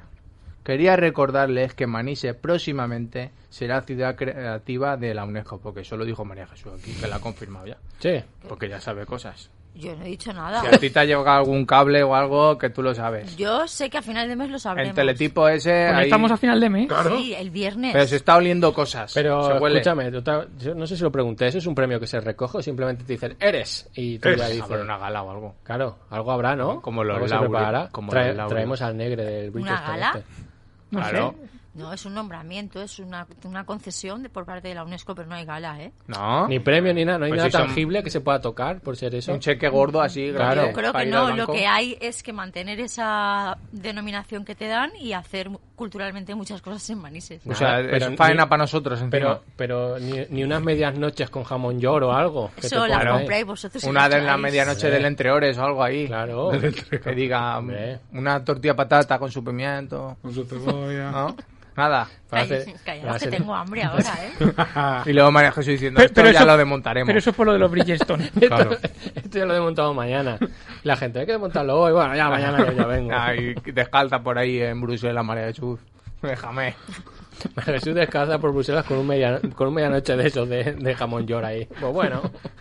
[SPEAKER 8] quería recordarles que Manises próximamente será ciudad creativa de la UNESCO, porque eso lo dijo María Jesús aquí, que la ha confirmado ya.
[SPEAKER 3] Sí.
[SPEAKER 8] Porque ya sabe cosas.
[SPEAKER 7] Yo no he dicho nada.
[SPEAKER 8] Si a ti te ha llegado algún cable o algo que tú lo sabes.
[SPEAKER 7] Yo sé que a final de mes lo sabremos.
[SPEAKER 8] El teletipo ese.
[SPEAKER 6] Porque
[SPEAKER 8] ahí-
[SPEAKER 6] estamos a final de mes.
[SPEAKER 7] Sí, el viernes.
[SPEAKER 8] Pero se está oliendo cosas. se
[SPEAKER 3] Pero
[SPEAKER 8] huele.
[SPEAKER 3] escúchame, tú ta- yo no sé si lo pregunté, ¿eso es un premio que se recoge o simplemente te dicen eres? Y tú
[SPEAKER 4] Eres.
[SPEAKER 3] ya
[SPEAKER 8] Ah,
[SPEAKER 3] dices,
[SPEAKER 8] pero una gala o algo.
[SPEAKER 3] claro, algo habrá, ¿no?
[SPEAKER 8] Como los
[SPEAKER 3] Algo se
[SPEAKER 8] Lauri-
[SPEAKER 3] preparará.
[SPEAKER 8] como
[SPEAKER 3] Trae-
[SPEAKER 8] los Lauri.
[SPEAKER 3] traemos al negre del Bridgestone
[SPEAKER 7] gala?
[SPEAKER 3] este.
[SPEAKER 6] No
[SPEAKER 8] claro.
[SPEAKER 6] sé.
[SPEAKER 7] No, es un nombramiento, es una, una concesión de, por parte de la UNESCO, pero no hay gala, ¿eh?
[SPEAKER 8] No.
[SPEAKER 3] Ni premio ni nada, no hay
[SPEAKER 8] Pues
[SPEAKER 3] nada
[SPEAKER 8] si son-
[SPEAKER 3] tangible que se pueda tocar por ser eso.
[SPEAKER 8] un cheque gordo así,
[SPEAKER 3] Claro.
[SPEAKER 8] grande,
[SPEAKER 7] Yo creo
[SPEAKER 8] para
[SPEAKER 7] que
[SPEAKER 8] ir al
[SPEAKER 7] no, lo
[SPEAKER 8] banco.
[SPEAKER 7] que hay es que mantener esa denominación que te dan y hacer culturalmente muchas cosas en Manises.
[SPEAKER 8] O sea,
[SPEAKER 3] Nada, pero
[SPEAKER 8] es faena
[SPEAKER 3] ni-
[SPEAKER 8] para nosotros, encima.
[SPEAKER 3] Pero, pero ni, ni unas medias noches con jamón lloro o algo. que te
[SPEAKER 7] Eso
[SPEAKER 3] pongan
[SPEAKER 7] la
[SPEAKER 3] ahí.
[SPEAKER 7] compráis vosotros. y
[SPEAKER 8] ¿eh? una
[SPEAKER 7] las
[SPEAKER 8] de la
[SPEAKER 7] traéis.
[SPEAKER 8] medianoche
[SPEAKER 3] Sí.
[SPEAKER 8] del entreores o algo ahí.
[SPEAKER 3] Claro.
[SPEAKER 8] Que diga mm,
[SPEAKER 3] Hombre.
[SPEAKER 8] una tortilla patata con su pimiento.
[SPEAKER 4] Con su cebolla.
[SPEAKER 8] ¿no. Nada.
[SPEAKER 3] Parece-
[SPEAKER 7] Calla- Callaos,
[SPEAKER 3] parece-
[SPEAKER 7] que tengo hambre ahora, ¿eh?
[SPEAKER 8] Y luego María Jesús diciendo,
[SPEAKER 6] Pero-
[SPEAKER 8] esto
[SPEAKER 6] pero
[SPEAKER 8] ya
[SPEAKER 6] eso-
[SPEAKER 8] lo desmontaremos.
[SPEAKER 6] Pero eso es por lo de los Bridgestone.
[SPEAKER 8] Claro.
[SPEAKER 3] Esto ya lo he montado mañana. La gente, hay que montarlo hoy. Bueno, ya mañana yo ya vengo.
[SPEAKER 8] Ay, descalza por ahí en Bruselas, María Jesús. Déjame.
[SPEAKER 3] Jesús descalza por Bruselas con un, media, con un medianoche de esos de, de jamón llor ahí. Pues bueno.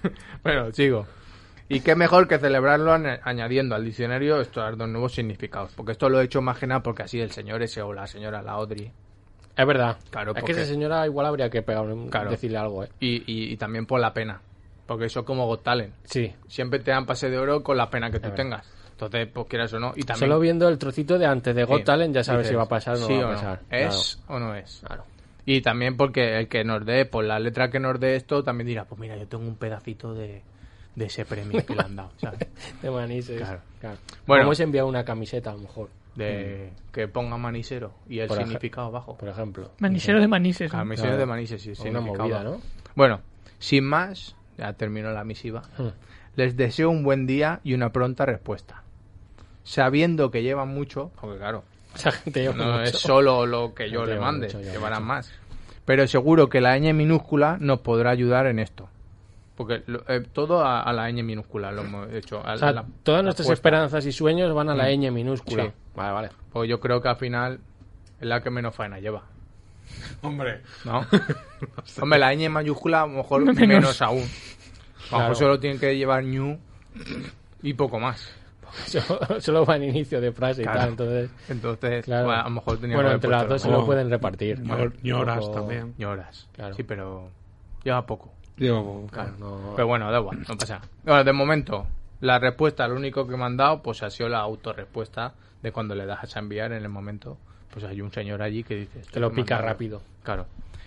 [SPEAKER 8] Bueno, sigo. Y qué mejor que celebrarlo añ- añadiendo al diccionario estos dos nuevos significados. Porque esto lo he hecho más que nada porque así el señor ese o la señora la Audrey.
[SPEAKER 3] Es verdad.
[SPEAKER 8] Claro,
[SPEAKER 3] es que
[SPEAKER 8] porque-
[SPEAKER 3] esa señora igual habría que pegar, un-
[SPEAKER 8] Claro.
[SPEAKER 3] decirle algo, ¿eh?
[SPEAKER 8] Y, y- y también por la pena. Porque eso es como Got Talent.
[SPEAKER 3] Sí.
[SPEAKER 8] Siempre te dan pase de oro con la pena que tú tengas. Entonces, pues quieras o no. Y también,
[SPEAKER 3] Solo viendo el trocito de antes de Got
[SPEAKER 8] Sí.
[SPEAKER 3] Talent ya sabes
[SPEAKER 8] Dices,
[SPEAKER 3] si va a pasar o no
[SPEAKER 8] sí
[SPEAKER 3] va a
[SPEAKER 8] no.
[SPEAKER 3] pasar.
[SPEAKER 8] ¿Es o no es?
[SPEAKER 3] Claro.
[SPEAKER 8] Y también porque el que nos dé, por la letra que nos dé esto, también dirá, pues mira, yo tengo un pedacito de, de ese premio que le han dado, ¿sabes?
[SPEAKER 3] Claro. De manises.
[SPEAKER 8] Claro. Bueno.
[SPEAKER 3] Bueno. Hemos enviado una camiseta a lo mejor,
[SPEAKER 8] De que ponga manisero y el
[SPEAKER 3] Por ej-
[SPEAKER 8] significado abajo.
[SPEAKER 3] por ejemplo.
[SPEAKER 6] Manisero de manises. ¿no?
[SPEAKER 8] Camisero
[SPEAKER 3] Claro.
[SPEAKER 8] de manises, sí,
[SPEAKER 3] Una
[SPEAKER 8] significado
[SPEAKER 3] movida,
[SPEAKER 8] abajo.
[SPEAKER 3] ¿no?
[SPEAKER 8] Bueno, sin más, ya terminó la misiva.
[SPEAKER 3] Hmm.
[SPEAKER 8] Les deseo un buen día y una pronta respuesta. Sabiendo que llevan mucho, porque claro,
[SPEAKER 3] Esa gente lleva
[SPEAKER 8] no
[SPEAKER 3] mucho.
[SPEAKER 8] es solo lo que yo
[SPEAKER 3] Lleva
[SPEAKER 8] le mande,
[SPEAKER 3] mucho, lleva
[SPEAKER 8] llevarán
[SPEAKER 3] mucho.
[SPEAKER 8] más. Pero seguro que la ñ minúscula nos podrá ayudar en esto. Porque lo- eh, todo a, a la ñ minúscula lo hemos hecho. a-
[SPEAKER 3] O sea,
[SPEAKER 8] a la-
[SPEAKER 3] todas
[SPEAKER 8] la
[SPEAKER 3] nuestras
[SPEAKER 8] puesta.
[SPEAKER 3] esperanzas y sueños van a la ñ minúscula.
[SPEAKER 8] Sí.
[SPEAKER 3] Vale, vale.
[SPEAKER 8] Pues yo creo que al final es la que menos faena lleva.
[SPEAKER 4] Hombre.
[SPEAKER 8] ¿No? Hombre, la ñ mayúscula a lo mejor
[SPEAKER 6] Menos.
[SPEAKER 8] menos, aún. A lo
[SPEAKER 3] Claro.
[SPEAKER 8] mejor solo tienen que llevar ñu y poco más.
[SPEAKER 3] Solo, solo va en inicio de frase
[SPEAKER 8] Claro.
[SPEAKER 3] y tal, entonces...
[SPEAKER 8] Entonces,
[SPEAKER 3] Claro.
[SPEAKER 8] bueno, a lo mejor tenían
[SPEAKER 3] Bueno,
[SPEAKER 8] que
[SPEAKER 3] entre
[SPEAKER 8] haber
[SPEAKER 3] las dos
[SPEAKER 8] puesto
[SPEAKER 3] se
[SPEAKER 8] la-
[SPEAKER 3] lo pueden repartir.
[SPEAKER 4] Ñor- Ñoras también.
[SPEAKER 8] y horas.
[SPEAKER 3] Claro.
[SPEAKER 8] Sí, pero lleva poco.
[SPEAKER 4] Lleva poco.
[SPEAKER 3] Claro, no-
[SPEAKER 8] Pero bueno, da igual, no pasa. nada. Bueno, de momento, la respuesta, lo único que me han dado, pues ha sido la autorrespuesta de cuando le das a enviar en el momento. Pues hay un señor allí que dice...
[SPEAKER 3] Te lo
[SPEAKER 8] "Estoy
[SPEAKER 3] pica
[SPEAKER 8] mandando".
[SPEAKER 3] rápido.
[SPEAKER 8] Claro.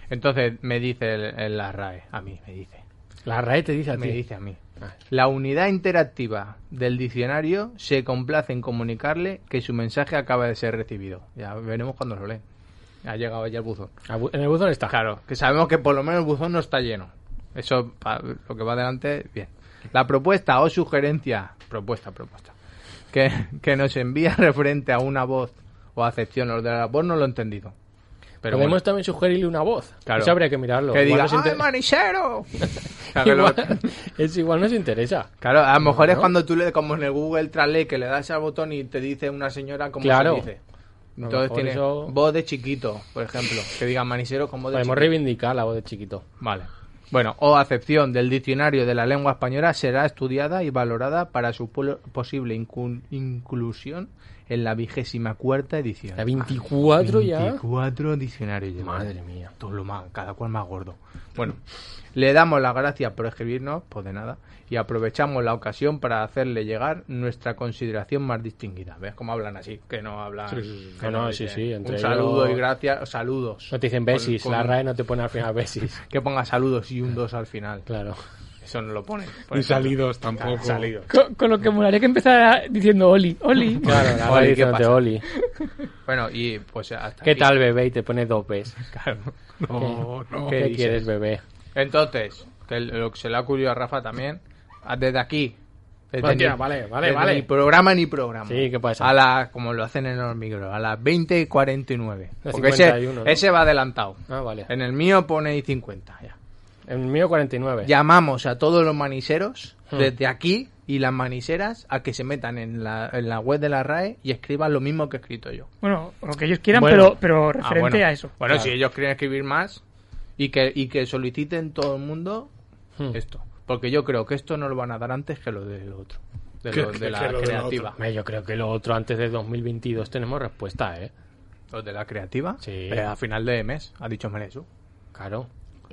[SPEAKER 8] Entonces me dice el, el- la RAE, a mí me dice.
[SPEAKER 3] La RAE te dice a
[SPEAKER 8] Me
[SPEAKER 3] ti.
[SPEAKER 8] dice a mí.
[SPEAKER 3] Ah.
[SPEAKER 8] La unidad interactiva del diccionario se complace en comunicarle que su mensaje acaba de ser recibido. Ya veremos cuando lo lee. Ha llegado ya el buzón.
[SPEAKER 3] Ah, bu- En el buzón está.
[SPEAKER 8] Claro, que sabemos que por lo menos el buzón no está lleno. Eso, pa- lo que va adelante, bien. La propuesta o sugerencia, propuesta, propuesta, que, que nos envía referente a una voz o acepción, lo de la voz no lo he entendido. Pero
[SPEAKER 3] Podemos
[SPEAKER 8] bueno,
[SPEAKER 3] también sugerirle una voz.
[SPEAKER 8] Claro.
[SPEAKER 3] Eso habría que mirarlo.
[SPEAKER 8] que diga,
[SPEAKER 3] nos inter-
[SPEAKER 8] ¡ay, manisero! claro, que lo-
[SPEAKER 3] igual, es, igual nos interesa.
[SPEAKER 8] claro, a lo mejor es
[SPEAKER 3] ¿No?
[SPEAKER 8] cuando tú le, como en el Google Translate, que le das al botón y te dice una señora como
[SPEAKER 3] Claro.
[SPEAKER 8] se dice.
[SPEAKER 3] lo
[SPEAKER 8] Entonces
[SPEAKER 3] mejor
[SPEAKER 8] tiene
[SPEAKER 3] eso-
[SPEAKER 8] voz de chiquito, por ejemplo, que diga manisero con voz de
[SPEAKER 3] Podemos
[SPEAKER 8] chiquito.
[SPEAKER 3] reivindicar la voz de chiquito.
[SPEAKER 8] Vale. Bueno, o acepción del diccionario de la lengua española será estudiada y valorada para su polo- posible incu- inclusión en la vigésima cuarta edición.
[SPEAKER 3] La 24 ya.
[SPEAKER 8] 24 diccionarios. lleva.
[SPEAKER 3] Madre mía.
[SPEAKER 8] Todo lo más- cada cual más gordo. Bueno, le damos las gracias por escribirnos, pues de nada, y aprovechamos la ocasión para hacerle llegar nuestra consideración más distinguida. ¿Ves cómo hablan así? Que no hablan.
[SPEAKER 4] Sí, sí, sí.
[SPEAKER 8] que
[SPEAKER 3] No, no, sí,
[SPEAKER 8] dicen
[SPEAKER 3] sí, entre
[SPEAKER 8] Un saludo
[SPEAKER 3] ellos-
[SPEAKER 8] y gracias, saludos.
[SPEAKER 3] No te dicen besis.
[SPEAKER 8] Con-
[SPEAKER 3] La
[SPEAKER 8] con-
[SPEAKER 3] RAE no te pone al final besis.
[SPEAKER 8] que ponga saludos y un 2 al final.
[SPEAKER 3] Claro.
[SPEAKER 8] Eso no lo Pues, ponen. por
[SPEAKER 4] Ni
[SPEAKER 8] ejemplo.
[SPEAKER 4] salidos tampoco.
[SPEAKER 8] Salidos.
[SPEAKER 6] Con, con lo que molaría que empezara diciendo Oli, Oli.
[SPEAKER 3] Claro, la
[SPEAKER 8] pues, Oli, ¿qué
[SPEAKER 3] RAE diciéndote
[SPEAKER 8] pasa?
[SPEAKER 3] Oli.
[SPEAKER 8] Bueno, y Oh, pues hasta
[SPEAKER 3] ¿Qué
[SPEAKER 8] aquí.
[SPEAKER 3] tal, bebé? Y te pone dos P's.
[SPEAKER 8] Claro.
[SPEAKER 4] No, no.
[SPEAKER 3] ¿Qué,
[SPEAKER 8] dices?
[SPEAKER 3] quieres, bebé?
[SPEAKER 8] Entonces, que lo que se le ha ocurrido a Rafa también, ah, desde aquí. desde
[SPEAKER 3] Vale,
[SPEAKER 8] ni-
[SPEAKER 3] vale, vale,
[SPEAKER 8] desde
[SPEAKER 3] vale.
[SPEAKER 8] Ni programa ni programa.
[SPEAKER 3] Sí, ¿qué pasa?
[SPEAKER 8] A la, como lo hacen en los micros, a las 20 y 49.
[SPEAKER 3] Las
[SPEAKER 8] Porque
[SPEAKER 3] 51, ¿no?
[SPEAKER 8] ese, ese va adelantado.
[SPEAKER 3] Ah, vale.
[SPEAKER 8] En el mío pone ahí 50. ya.
[SPEAKER 3] El mío 49.
[SPEAKER 8] Llamamos a todos los maniseros
[SPEAKER 3] Hmm.
[SPEAKER 8] desde aquí y las maniseras a que se metan en la, en la web de la RAE y escriban lo mismo que he escrito yo.
[SPEAKER 6] Bueno, lo que ellos quieran,
[SPEAKER 3] Bueno.
[SPEAKER 6] pero, pero
[SPEAKER 8] Ah,
[SPEAKER 6] referente
[SPEAKER 8] bueno.
[SPEAKER 6] a eso.
[SPEAKER 8] Bueno, si ellos quieren escribir más y que, y que soliciten todo el mundo
[SPEAKER 3] Hmm.
[SPEAKER 8] esto. Porque yo creo que esto no lo van a dar antes que lo del otro. De,
[SPEAKER 4] Que-
[SPEAKER 8] lo-
[SPEAKER 4] que-
[SPEAKER 8] de la
[SPEAKER 4] que lo del
[SPEAKER 8] creativa.
[SPEAKER 3] Hombre, Yo creo que lo otro antes de 2022 tenemos respuesta, ¿eh?
[SPEAKER 8] ¿Los de la creativa?
[SPEAKER 3] Sí.
[SPEAKER 8] Eh, a final de mes, ha dicho Melesu.
[SPEAKER 3] Claro.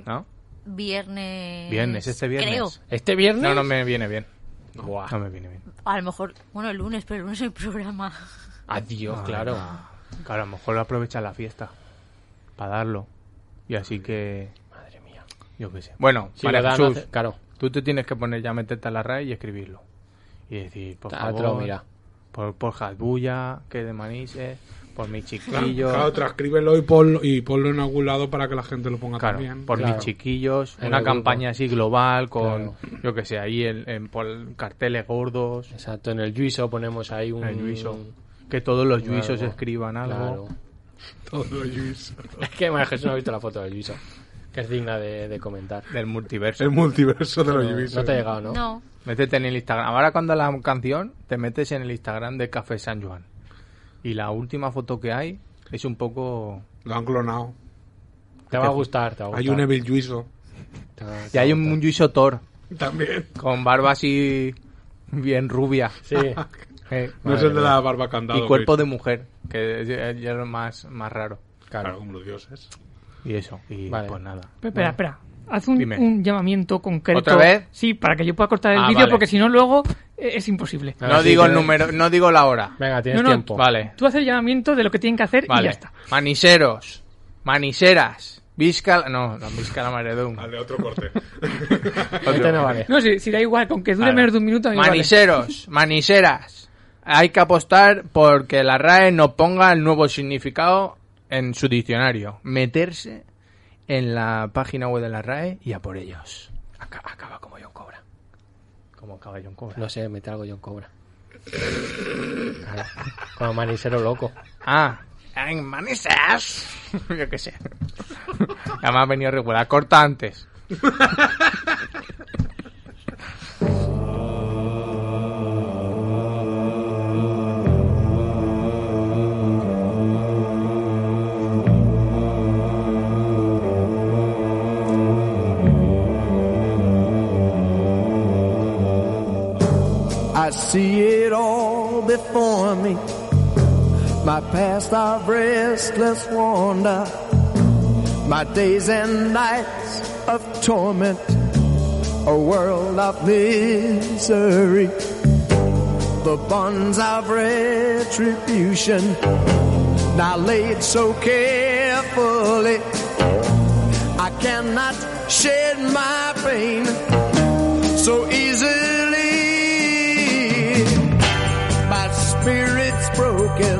[SPEAKER 8] ¿No?
[SPEAKER 7] Viernes.
[SPEAKER 8] Viernes, este viernes.
[SPEAKER 7] Creo.
[SPEAKER 3] ¿Este viernes?
[SPEAKER 8] No, no me viene bien.
[SPEAKER 3] Buah.
[SPEAKER 8] No me viene bien.
[SPEAKER 7] A lo mejor, bueno, el lunes, pero el lunes hay programa.
[SPEAKER 3] Adiós,
[SPEAKER 8] Ah,
[SPEAKER 3] claro.
[SPEAKER 8] Claro, a lo mejor aprovechan la fiesta para darlo. Y así que.
[SPEAKER 3] Madre mía.
[SPEAKER 8] Yo qué sé. Bueno,
[SPEAKER 3] Si
[SPEAKER 8] María
[SPEAKER 3] lo dan,
[SPEAKER 8] Jesús,
[SPEAKER 3] hace- claro.
[SPEAKER 8] tú te tienes que poner ya a meterte a la RAE y escribirlo. Y decir, por
[SPEAKER 3] Ah, te lo
[SPEAKER 8] favor,
[SPEAKER 3] mira.
[SPEAKER 8] por, por Hasbulla, que de Manises, por mi
[SPEAKER 4] Claro,
[SPEAKER 8] chiquillo.
[SPEAKER 4] claro, transcríbelo y ponlo, y ponlo en algún lado para que la gente lo ponga
[SPEAKER 8] Claro,
[SPEAKER 4] también.
[SPEAKER 8] por
[SPEAKER 3] Claro.
[SPEAKER 8] mis chiquillos,
[SPEAKER 3] En
[SPEAKER 8] una
[SPEAKER 3] el
[SPEAKER 8] campaña
[SPEAKER 3] grupo.
[SPEAKER 8] así global con, yo que sé, ahí en, en- por carteles gordos,
[SPEAKER 3] Exacto, en el juicio ponemos ahí un...
[SPEAKER 8] en Yuiso, que todos los
[SPEAKER 3] Algo.
[SPEAKER 8] juizos escriban algo.
[SPEAKER 3] Mm. Claro.
[SPEAKER 4] Todo lo Luis.
[SPEAKER 3] Es que María Jesús no ha visto la foto del juicio, que es digna de, de comentar.
[SPEAKER 8] Del multiverso.
[SPEAKER 4] El multiverso de los
[SPEAKER 3] No,
[SPEAKER 4] Luis.
[SPEAKER 3] no te ha llegado, ¿no?
[SPEAKER 7] No.
[SPEAKER 8] Métete en el Instagram. Ahora cuando la canción, te metes en el Instagram de Café San Juan. Y la última foto que hay es un poco...
[SPEAKER 4] Lo han clonado.
[SPEAKER 3] Te va a gustar, te va a gustar.
[SPEAKER 4] Hay un Evil Juizo
[SPEAKER 3] Te va- te
[SPEAKER 8] Y hay
[SPEAKER 3] va a
[SPEAKER 8] un,
[SPEAKER 3] gustar.
[SPEAKER 8] un Yuiso Thor,
[SPEAKER 4] también.
[SPEAKER 8] con barba así bien rubia.
[SPEAKER 3] Sí,
[SPEAKER 8] eh,
[SPEAKER 4] No es el de la barba candado.
[SPEAKER 8] y cuerpo de mujer, que es- es ya lo más, más raro.
[SPEAKER 4] Claro, como los dioses.
[SPEAKER 8] Y eso, y
[SPEAKER 3] Vale.
[SPEAKER 8] pues nada.
[SPEAKER 6] Pero, espera, espera. Haz un,
[SPEAKER 8] Dime.
[SPEAKER 6] un llamamiento concreto.
[SPEAKER 8] ¿Otra vez?
[SPEAKER 6] Sí, para que yo pueda cortar el
[SPEAKER 8] Ah,
[SPEAKER 6] vídeo,
[SPEAKER 8] vale.
[SPEAKER 6] porque si no, luego eh, es imposible.
[SPEAKER 3] Ah,
[SPEAKER 8] no
[SPEAKER 3] sí,
[SPEAKER 8] digo el
[SPEAKER 3] tienes-
[SPEAKER 8] número, no digo la hora.
[SPEAKER 3] venga, tienes
[SPEAKER 6] No, no,
[SPEAKER 3] tiempo.
[SPEAKER 8] Vale,
[SPEAKER 6] Tú haces el llamamiento de lo que tienen que hacer y ya
[SPEAKER 8] vale.
[SPEAKER 6] está.
[SPEAKER 8] Maniseros, maniseras, Vizcal... No, no, Vizcal Amaredum.
[SPEAKER 4] Vale, otro corte.
[SPEAKER 3] Este no vale.
[SPEAKER 6] No, si, si da igual, con que dure
[SPEAKER 8] Vale.
[SPEAKER 6] menos de un minuto, ¿eh? a mí me vale.
[SPEAKER 8] Maniseros, maniseras. Hay que apostar porque la RAE no ponga el nuevo significado en su diccionario. Meterse en la página web de la RAE y a por ellos. Aca- Acaba, como John Cobra. Como acaba John Cobra.
[SPEAKER 3] No sé, mete algo John Cobra. Claro, como manicero loco.
[SPEAKER 8] Ah, en maniseras. Yo qué sé. Ya me ha venido regular. Corta antes.
[SPEAKER 5] I see it all before me. My past of restless wander. My days and nights of torment. A world of misery. The bonds of retribution. Now laid so carefully. I cannot shed my pain so easily. My spirit's broken,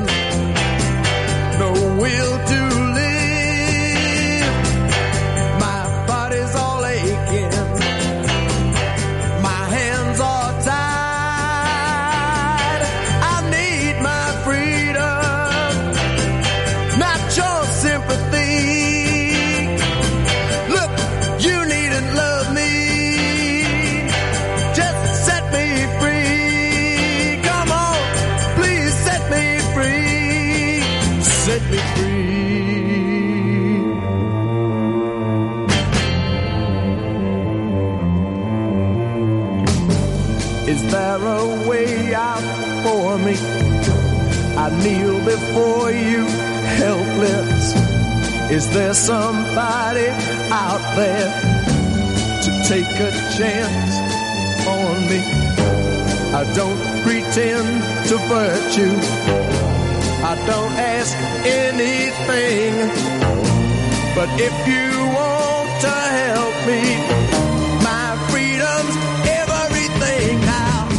[SPEAKER 5] no will to live. My body's all aching, my hands are tied. I need my freedom, not your sympathy. Look, you needn't love me. Just set me free. Come on, please set me free. Set me free. Is there a way out for me? I kneel before you, helpless. Is there somebody out there to take a chance on me? I don't pretend to virtue. I don't ask anything. But if you want to help me, my freedom's everything now.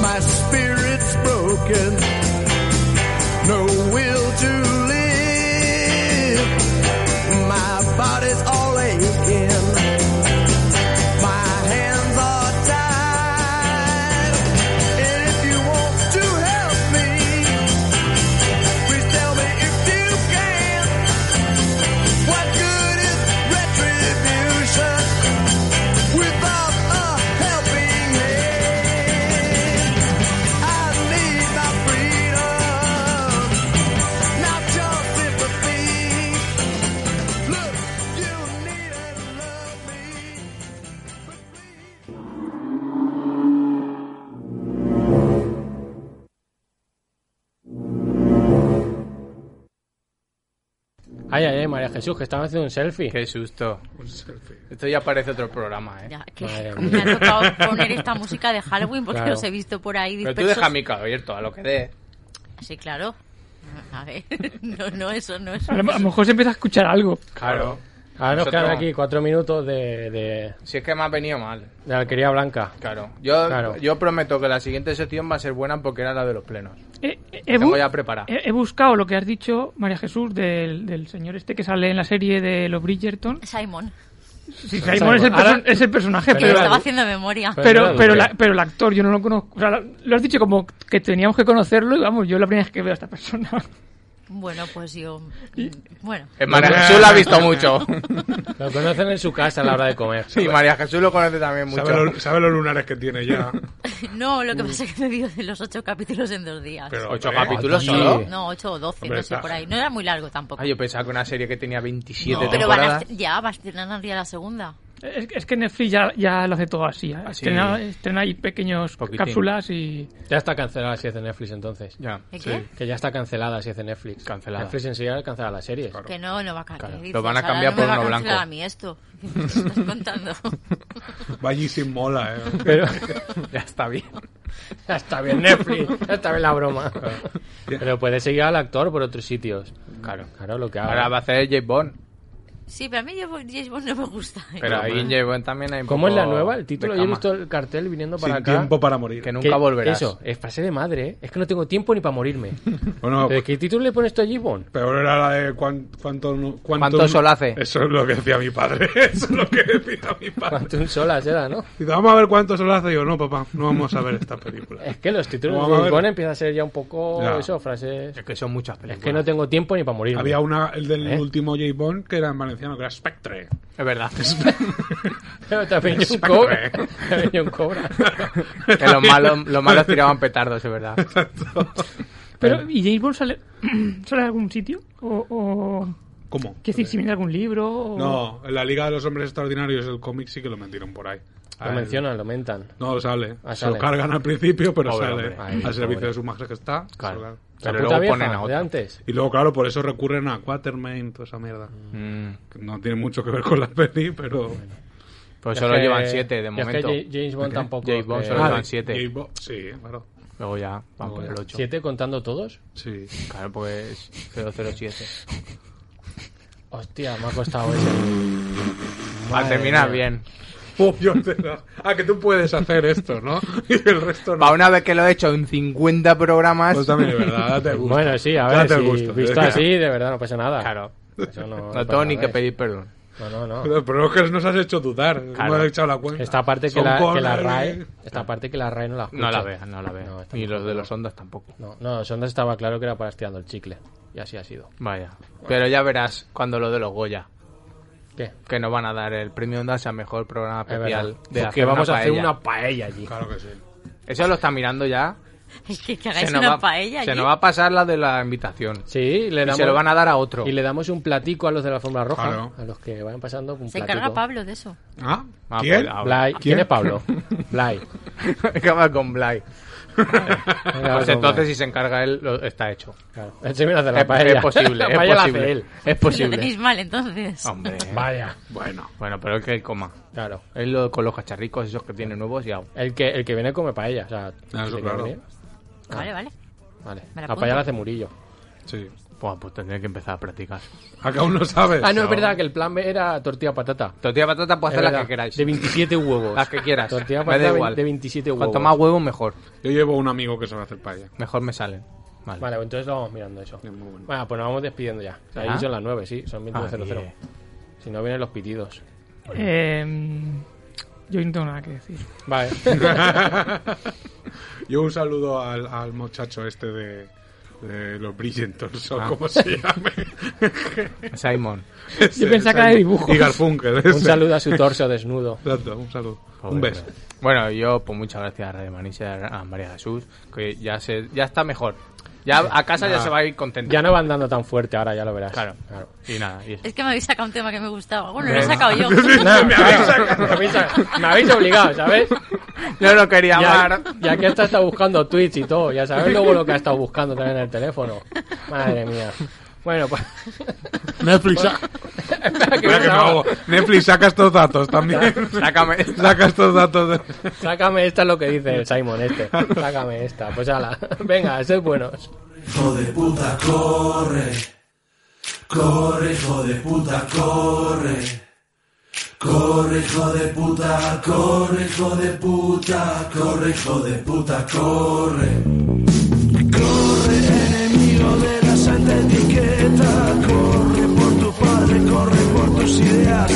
[SPEAKER 5] My spirit's broken. No will to live. My body's all aching. My hands are tied. And if you want to help me, please tell me if you can. What good is retribution?
[SPEAKER 3] Ay, ay, ay, María Jesús, que estaba haciendo un selfie.
[SPEAKER 8] Qué susto.
[SPEAKER 4] Un
[SPEAKER 3] Pues
[SPEAKER 4] selfie.
[SPEAKER 8] Esto ya parece otro programa, ¿eh?
[SPEAKER 7] Ya, que
[SPEAKER 3] Madre
[SPEAKER 7] me
[SPEAKER 3] mía.
[SPEAKER 7] ha tocado poner esta música de Halloween porque
[SPEAKER 3] Claro.
[SPEAKER 7] los he visto por ahí
[SPEAKER 8] Pero
[SPEAKER 7] dispersos.
[SPEAKER 8] tú deja mi abierto a lo que dé.
[SPEAKER 7] Sí, claro. A ver, no, no, eso no es.
[SPEAKER 6] A lo, a lo mejor se empieza a escuchar algo.
[SPEAKER 8] Claro.
[SPEAKER 3] Ahora nos
[SPEAKER 8] Nosotros-
[SPEAKER 3] quedan aquí cuatro minutos de, de,
[SPEAKER 8] Si es que me ha venido mal.
[SPEAKER 3] de Alquería Blanca.
[SPEAKER 8] Claro. Yo,
[SPEAKER 3] Claro.
[SPEAKER 8] yo prometo que la siguiente sesión va a ser buena porque era la de los plenos.
[SPEAKER 6] Eh, eh,
[SPEAKER 8] La
[SPEAKER 6] he,
[SPEAKER 8] tengo
[SPEAKER 6] bu-
[SPEAKER 8] ya preparada.
[SPEAKER 6] he- he buscado lo que has dicho, María Jesús, del, del señor este que sale en la serie de los Bridgerton.
[SPEAKER 7] Simon.
[SPEAKER 6] Sí, Simon es el,
[SPEAKER 3] Ahora-
[SPEAKER 6] person- es el personaje,
[SPEAKER 3] Pero
[SPEAKER 7] Que lo
[SPEAKER 6] pero,
[SPEAKER 3] era-
[SPEAKER 7] estaba haciendo memoria.
[SPEAKER 3] Pero-
[SPEAKER 6] pero, pero, la-
[SPEAKER 3] Duque.
[SPEAKER 6] pero el actor yo no lo conozco. O sea, la- lo has dicho como que teníamos que conocerlo y vamos, yo la primera vez que veo a esta persona.
[SPEAKER 7] Bueno, pues yo. Bueno,
[SPEAKER 8] Eh, María Jesús lo ha visto mucho.
[SPEAKER 3] Lo conocen en su casa a la hora de comer.
[SPEAKER 8] Sí, María Jesús lo conoce también mucho.
[SPEAKER 4] Sabe, lo- sabe los lunares que tiene ya.
[SPEAKER 7] no, lo que pasa es que me vio de los ocho capítulos en dos días.
[SPEAKER 4] Pero,
[SPEAKER 8] Ocho
[SPEAKER 4] hombre,
[SPEAKER 8] capítulos
[SPEAKER 3] sí.
[SPEAKER 8] solo.
[SPEAKER 7] No, ocho o doce,
[SPEAKER 4] Hombre,
[SPEAKER 7] no sé,
[SPEAKER 4] está-
[SPEAKER 7] por ahí. No era muy largo tampoco.
[SPEAKER 8] Ah, yo pensaba que una serie que tenía 27
[SPEAKER 7] pero van a,
[SPEAKER 8] temporadas.
[SPEAKER 7] est- ya, va a estrenar ya la segunda.
[SPEAKER 6] Es, es que Netflix ya, ya lo hace todo así. ¿eh?
[SPEAKER 8] Así.
[SPEAKER 6] Estrena, estrena ahí pequeños
[SPEAKER 8] Poquitín.
[SPEAKER 6] cápsulas y...
[SPEAKER 3] Ya está cancelada si es de Netflix entonces.
[SPEAKER 8] Ya.
[SPEAKER 7] ¿Eh, qué?
[SPEAKER 3] Que ya está cancelada si es de Netflix.
[SPEAKER 8] Cancelada.
[SPEAKER 3] Netflix enseguida cancela las series.
[SPEAKER 7] Que no, no va a cambiar.
[SPEAKER 8] Claro,
[SPEAKER 7] Dices,
[SPEAKER 8] lo van a
[SPEAKER 7] "Ahora
[SPEAKER 8] cambiar
[SPEAKER 7] no
[SPEAKER 8] por
[SPEAKER 7] me va
[SPEAKER 8] uno
[SPEAKER 7] a cancelar
[SPEAKER 8] blanco".
[SPEAKER 7] a mí esto. ¿Qué me estás contando?
[SPEAKER 4] Va allí sin mola, ¿eh?
[SPEAKER 3] Pero
[SPEAKER 8] Ya está bien.
[SPEAKER 3] ya está bien Netflix, ya está bien la broma. Pero puede seguir al actor por otros sitios. Claro, claro, lo que haga.
[SPEAKER 8] Ahora va a hacer James Bond.
[SPEAKER 7] Sí, pero a mí James James Bond no me gusta. ¿eh?
[SPEAKER 8] Pero ahí en James Bond también hay un
[SPEAKER 3] ¿Cómo es la
[SPEAKER 8] poco
[SPEAKER 3] nueva?
[SPEAKER 8] de
[SPEAKER 3] El título, yo he
[SPEAKER 8] cama.
[SPEAKER 3] visto el cartel viniendo para
[SPEAKER 4] Sin
[SPEAKER 3] acá.
[SPEAKER 4] tiempo para morir.
[SPEAKER 8] Que
[SPEAKER 3] Que-
[SPEAKER 8] nunca volverás.
[SPEAKER 3] Eso, es frase de madre, ¿eh? Es que no tengo tiempo ni para morirme.
[SPEAKER 4] Bueno, pues
[SPEAKER 3] ¿Pero ¿Qué título le pones tú a Gibbon?
[SPEAKER 4] peor era la de cuán- cuánto, cuánto,
[SPEAKER 8] ¿Cuánto sol hace?
[SPEAKER 4] Eso es lo que decía mi padre. Eso es lo que decía mi padre.
[SPEAKER 3] Quantum Solas era, ¿no?
[SPEAKER 4] Dice, vamos a ver cuánto sol hace. Y yo, no, papá, no vamos a ver esta película.
[SPEAKER 3] Es que los títulos
[SPEAKER 4] Vamos a
[SPEAKER 3] de
[SPEAKER 4] ver.
[SPEAKER 3] Gibbon empiezan a ser ya un poco
[SPEAKER 4] Ya.
[SPEAKER 3] eso, frases.
[SPEAKER 8] Es que son muchas
[SPEAKER 3] Es
[SPEAKER 8] películas.
[SPEAKER 3] que no tengo tiempo ni para morirme.
[SPEAKER 4] Había una, el del
[SPEAKER 3] ¿Eh?
[SPEAKER 4] último J. Bond, que era en valenciano, que era Spectre.
[SPEAKER 8] Es verdad.
[SPEAKER 3] Pero también hay un
[SPEAKER 4] Exacto,
[SPEAKER 3] cobra.
[SPEAKER 4] eh.
[SPEAKER 3] También hay un cobra.
[SPEAKER 8] que los malos, los malos tiraban petardos, es verdad.
[SPEAKER 6] Pero, ¿Y James Bond sale, sale de algún sitio? ¿O, o
[SPEAKER 4] ¿Cómo?
[SPEAKER 6] qué decir, si viene de algún libro? o-
[SPEAKER 4] No, en la Liga de los Hombres Extraordinarios, el cómic sí que lo metieron por ahí.
[SPEAKER 3] Lo
[SPEAKER 4] Al-
[SPEAKER 3] mencionan, lo mentan.
[SPEAKER 4] No, sale.
[SPEAKER 3] Ah,
[SPEAKER 4] Se lo
[SPEAKER 3] sale.
[SPEAKER 4] cargan al principio, pero
[SPEAKER 8] Pobre
[SPEAKER 4] sale.
[SPEAKER 8] hombre.
[SPEAKER 3] Ay,
[SPEAKER 4] al
[SPEAKER 3] pobre.
[SPEAKER 4] servicio de su majestad. se lo
[SPEAKER 8] Claro.
[SPEAKER 4] cargan.
[SPEAKER 8] Pero
[SPEAKER 3] La puta
[SPEAKER 8] luego
[SPEAKER 3] vieja
[SPEAKER 8] ponen a
[SPEAKER 3] de
[SPEAKER 8] otro.
[SPEAKER 3] antes.
[SPEAKER 4] Y luego, claro, por eso recurren a Quatermain, toda esa mierda.
[SPEAKER 8] Mm,
[SPEAKER 4] Que No tiene mucho que ver con la peli, pero...
[SPEAKER 3] Es
[SPEAKER 8] Pues solo
[SPEAKER 3] que-
[SPEAKER 8] llevan siete de
[SPEAKER 3] es
[SPEAKER 8] momento.
[SPEAKER 3] que Ja- James Bond tampoco.
[SPEAKER 8] James Bond
[SPEAKER 3] eh,
[SPEAKER 8] solo llevan
[SPEAKER 4] Ah, de-
[SPEAKER 8] siete.
[SPEAKER 4] J. Bond, Sí, claro.
[SPEAKER 8] Luego ya van por el ocho.
[SPEAKER 3] ¿Siete contando todos?
[SPEAKER 4] Sí.
[SPEAKER 8] Claro, pues 007.
[SPEAKER 3] Hostia, me ha costado ese.
[SPEAKER 8] Al
[SPEAKER 3] Madre
[SPEAKER 8] terminar
[SPEAKER 3] mía.
[SPEAKER 8] bien.
[SPEAKER 4] Oh, yo te la- Ah, que tú puedes hacer esto, ¿no? Y el resto no.
[SPEAKER 8] Para una vez que lo he hecho en 50 programas.
[SPEAKER 4] Pues también es verdad, date el gusto.
[SPEAKER 3] Bueno, sí, a ver,
[SPEAKER 4] Date el
[SPEAKER 3] si
[SPEAKER 4] gusto.
[SPEAKER 3] visto así, de verdad, no pasa nada.
[SPEAKER 8] Claro.
[SPEAKER 3] Eso no,
[SPEAKER 8] No
[SPEAKER 3] pasa
[SPEAKER 8] tengo ni
[SPEAKER 3] nada,
[SPEAKER 8] que
[SPEAKER 3] ¿eh?
[SPEAKER 8] pedir perdón.
[SPEAKER 3] No, no, no.
[SPEAKER 4] Pero pero es que nos has hecho dudar.
[SPEAKER 8] Claro.
[SPEAKER 4] No has echado la cuenta.
[SPEAKER 3] Esta parte que
[SPEAKER 4] Son ¿eh?
[SPEAKER 3] la, que la
[SPEAKER 4] Connery.
[SPEAKER 3] RAE, esta parte que la RAE no la escucha.
[SPEAKER 8] No la veas, no la veas.
[SPEAKER 3] No, está
[SPEAKER 8] Ni
[SPEAKER 3] muy
[SPEAKER 8] los de los ondas tampoco.
[SPEAKER 3] No, no, Sondas estaba claro que era para estirando el chicle. Y así ha sido.
[SPEAKER 8] Vaya. Pero ya verás cuando lo de los Goya.
[SPEAKER 3] ¿Qué?
[SPEAKER 8] Que nos van a dar el premio Ondas a mejor programa
[SPEAKER 3] Es verdad.
[SPEAKER 8] especial. De
[SPEAKER 3] Porque
[SPEAKER 8] hacer
[SPEAKER 3] vamos a hacer
[SPEAKER 8] paella.
[SPEAKER 3] una paella allí.
[SPEAKER 4] Claro que sí.
[SPEAKER 8] Eso lo está mirando ya.
[SPEAKER 7] Es que, que hagáis
[SPEAKER 8] se nos
[SPEAKER 7] una
[SPEAKER 8] va,
[SPEAKER 7] paella
[SPEAKER 8] se
[SPEAKER 7] allí.
[SPEAKER 8] nos va a pasar la de la invitación.
[SPEAKER 3] Sí, le
[SPEAKER 8] Y
[SPEAKER 3] damos,
[SPEAKER 8] se lo van a dar a otro.
[SPEAKER 3] y le damos un platico a los de la alfombra roja.
[SPEAKER 4] Claro.
[SPEAKER 3] A los que van pasando un
[SPEAKER 7] Se
[SPEAKER 3] platico.
[SPEAKER 7] encarga Pablo de eso.
[SPEAKER 4] ¿Ah?
[SPEAKER 8] Ah,
[SPEAKER 4] ¿Quién?
[SPEAKER 8] pues, ah,
[SPEAKER 3] Blay.
[SPEAKER 4] ¿Quién?
[SPEAKER 3] ¿Quién es Pablo? Blay.
[SPEAKER 8] Acaba con Blay.
[SPEAKER 3] Venga,
[SPEAKER 8] Pues
[SPEAKER 3] con
[SPEAKER 8] entonces,
[SPEAKER 3] Blay.
[SPEAKER 8] si se encarga él, lo- está hecho.
[SPEAKER 3] Claro. Él se viene a hacer la
[SPEAKER 8] Es-
[SPEAKER 3] paella.
[SPEAKER 8] es, posible,
[SPEAKER 3] La
[SPEAKER 8] es
[SPEAKER 3] paella la hace
[SPEAKER 8] posible.
[SPEAKER 3] él.
[SPEAKER 8] Es
[SPEAKER 7] Lo tenéis
[SPEAKER 8] posible.
[SPEAKER 7] mal entonces.
[SPEAKER 8] Hombre.
[SPEAKER 3] Vaya.
[SPEAKER 4] Bueno.
[SPEAKER 8] Bueno, pero es que él coma.
[SPEAKER 3] Claro.
[SPEAKER 8] Él lo, con los cacharricos esos que tiene nuevos ya.
[SPEAKER 3] El que, el que viene come paella. O sea, ¿te quieres
[SPEAKER 4] claro.
[SPEAKER 3] venir?
[SPEAKER 8] ah.
[SPEAKER 7] Vale, vale.
[SPEAKER 3] Vale.
[SPEAKER 7] Me la
[SPEAKER 3] La
[SPEAKER 7] apunto.
[SPEAKER 3] paella la hace Murillo.
[SPEAKER 4] Sí.
[SPEAKER 8] Buah, pues tendría que empezar a practicar.
[SPEAKER 4] Acá uno sabe.
[SPEAKER 3] Ah, no, es verdad que el plan B era tortilla patata.
[SPEAKER 8] Tortilla de patata puedes
[SPEAKER 3] Es
[SPEAKER 8] hacer la
[SPEAKER 3] verdad,
[SPEAKER 8] que queráis.
[SPEAKER 3] De 27 huevos.
[SPEAKER 8] Las que quieras.
[SPEAKER 3] Tortilla
[SPEAKER 8] Me
[SPEAKER 3] patata
[SPEAKER 8] da
[SPEAKER 3] ve-
[SPEAKER 8] igual.
[SPEAKER 3] de 27 huevos.
[SPEAKER 8] Cuanto más huevo, mejor.
[SPEAKER 4] Yo llevo un amigo que sabe hacer paella.
[SPEAKER 8] Mejor me salen. Vale.
[SPEAKER 3] Vale, pues entonces lo vamos mirando eso.
[SPEAKER 4] Es muy bueno.
[SPEAKER 3] Bueno, pues nos vamos despidiendo ya. Ahí
[SPEAKER 8] ¿Ah?
[SPEAKER 3] son las 9, sí, son
[SPEAKER 8] Ah,
[SPEAKER 3] 21.00.
[SPEAKER 8] bien.
[SPEAKER 3] Si no vienen los pitidos.
[SPEAKER 6] Eh, yo no tengo nada que decir.
[SPEAKER 3] Vale.
[SPEAKER 4] Yo un saludo al, al muchacho este de, de los Bridgentons,
[SPEAKER 3] Ah.
[SPEAKER 4] o como se llame.
[SPEAKER 8] Simon.
[SPEAKER 4] Ese,
[SPEAKER 6] pensaba que era de dibujos.
[SPEAKER 4] Y Garfunkel. ese.
[SPEAKER 3] Un saludo a su torso desnudo.
[SPEAKER 4] Exacto, un saludo. un
[SPEAKER 8] Joder,
[SPEAKER 4] beso.
[SPEAKER 8] bueno. Bueno, yo, pues muchas gracias a Radio Manís y a María Jesús, que ya se, ya está mejor. Ya a casa ya se va a ir contenta.
[SPEAKER 3] Ya no van dando tan fuerte ahora, ya lo verás.
[SPEAKER 8] Claro, claro. Y nada, y eso.
[SPEAKER 7] Es que me habéis sacado un tema que me gustaba. Bueno, lo he sacado yo.
[SPEAKER 3] Me habéis, me habéis- me habéis obligado, ¿sabes?
[SPEAKER 8] No lo quería hablar.
[SPEAKER 3] Y aquí hasta está buscando tweets y todo. Ya sabes luego lo que ha estado buscando también en el teléfono. Madre mía. Bueno, pues.
[SPEAKER 4] Netflix, sa-
[SPEAKER 3] espera que
[SPEAKER 4] Espera que me ahogo. Netflix, saca estos datos también.
[SPEAKER 8] Sácame.
[SPEAKER 4] saca estos datos. de-
[SPEAKER 3] Sácame esta, es lo que dice el Simon este. Sácame esta. Pues ala. Venga, sed buenos.
[SPEAKER 5] Hijo de puta, corre. Corre, hijo de puta, corre. Corre, hijo de puta, corre, hijo de puta, corre, hijo de puta, corre. Corre, enemigo de la santa etiqueta, corre por tu padre, corre por tus ideas,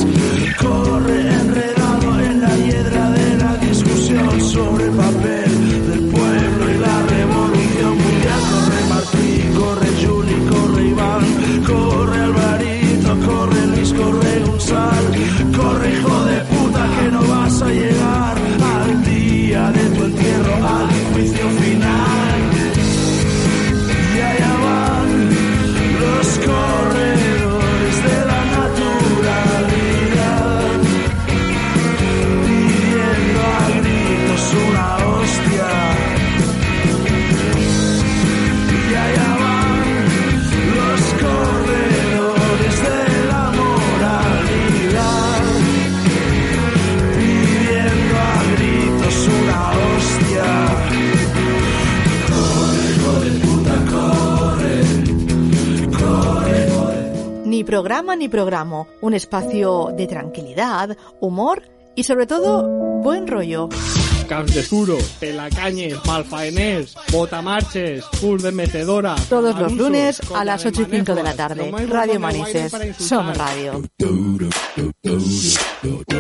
[SPEAKER 5] corre enredado en la hiedra de la discusión sobre el papel del pueblo y la revolución mundial. Corre Martín, corre Juli, corre Iván, corre Alvarito, corre Luis, corre Gonzalo, corre hijo de puta que no vas a llegar al día de tu entierro, al juicio final. Y allá van los corredores de la naturalidad, pidiendo a gritos una hostia. Y allá van los corredores de la moralidad, pidiendo a gritos una hostia.
[SPEAKER 1] Ni programa ni programa, un espacio de tranquilidad, humor y sobre todo buen rollo.
[SPEAKER 2] Camps de Suro, Pelacañes, Malfaenés, Botamarches, Pur de Mecedora.
[SPEAKER 1] Todos los lunes a
[SPEAKER 2] Copa
[SPEAKER 1] las
[SPEAKER 2] de
[SPEAKER 1] 8 y 5 de la
[SPEAKER 2] Manejas,
[SPEAKER 1] tarde.
[SPEAKER 2] Lomay
[SPEAKER 1] Radio
[SPEAKER 2] Borgoña, Guaire
[SPEAKER 1] Manises,
[SPEAKER 2] para insultar.
[SPEAKER 1] Son Radio.
[SPEAKER 5] Duro, duro, duro, duro.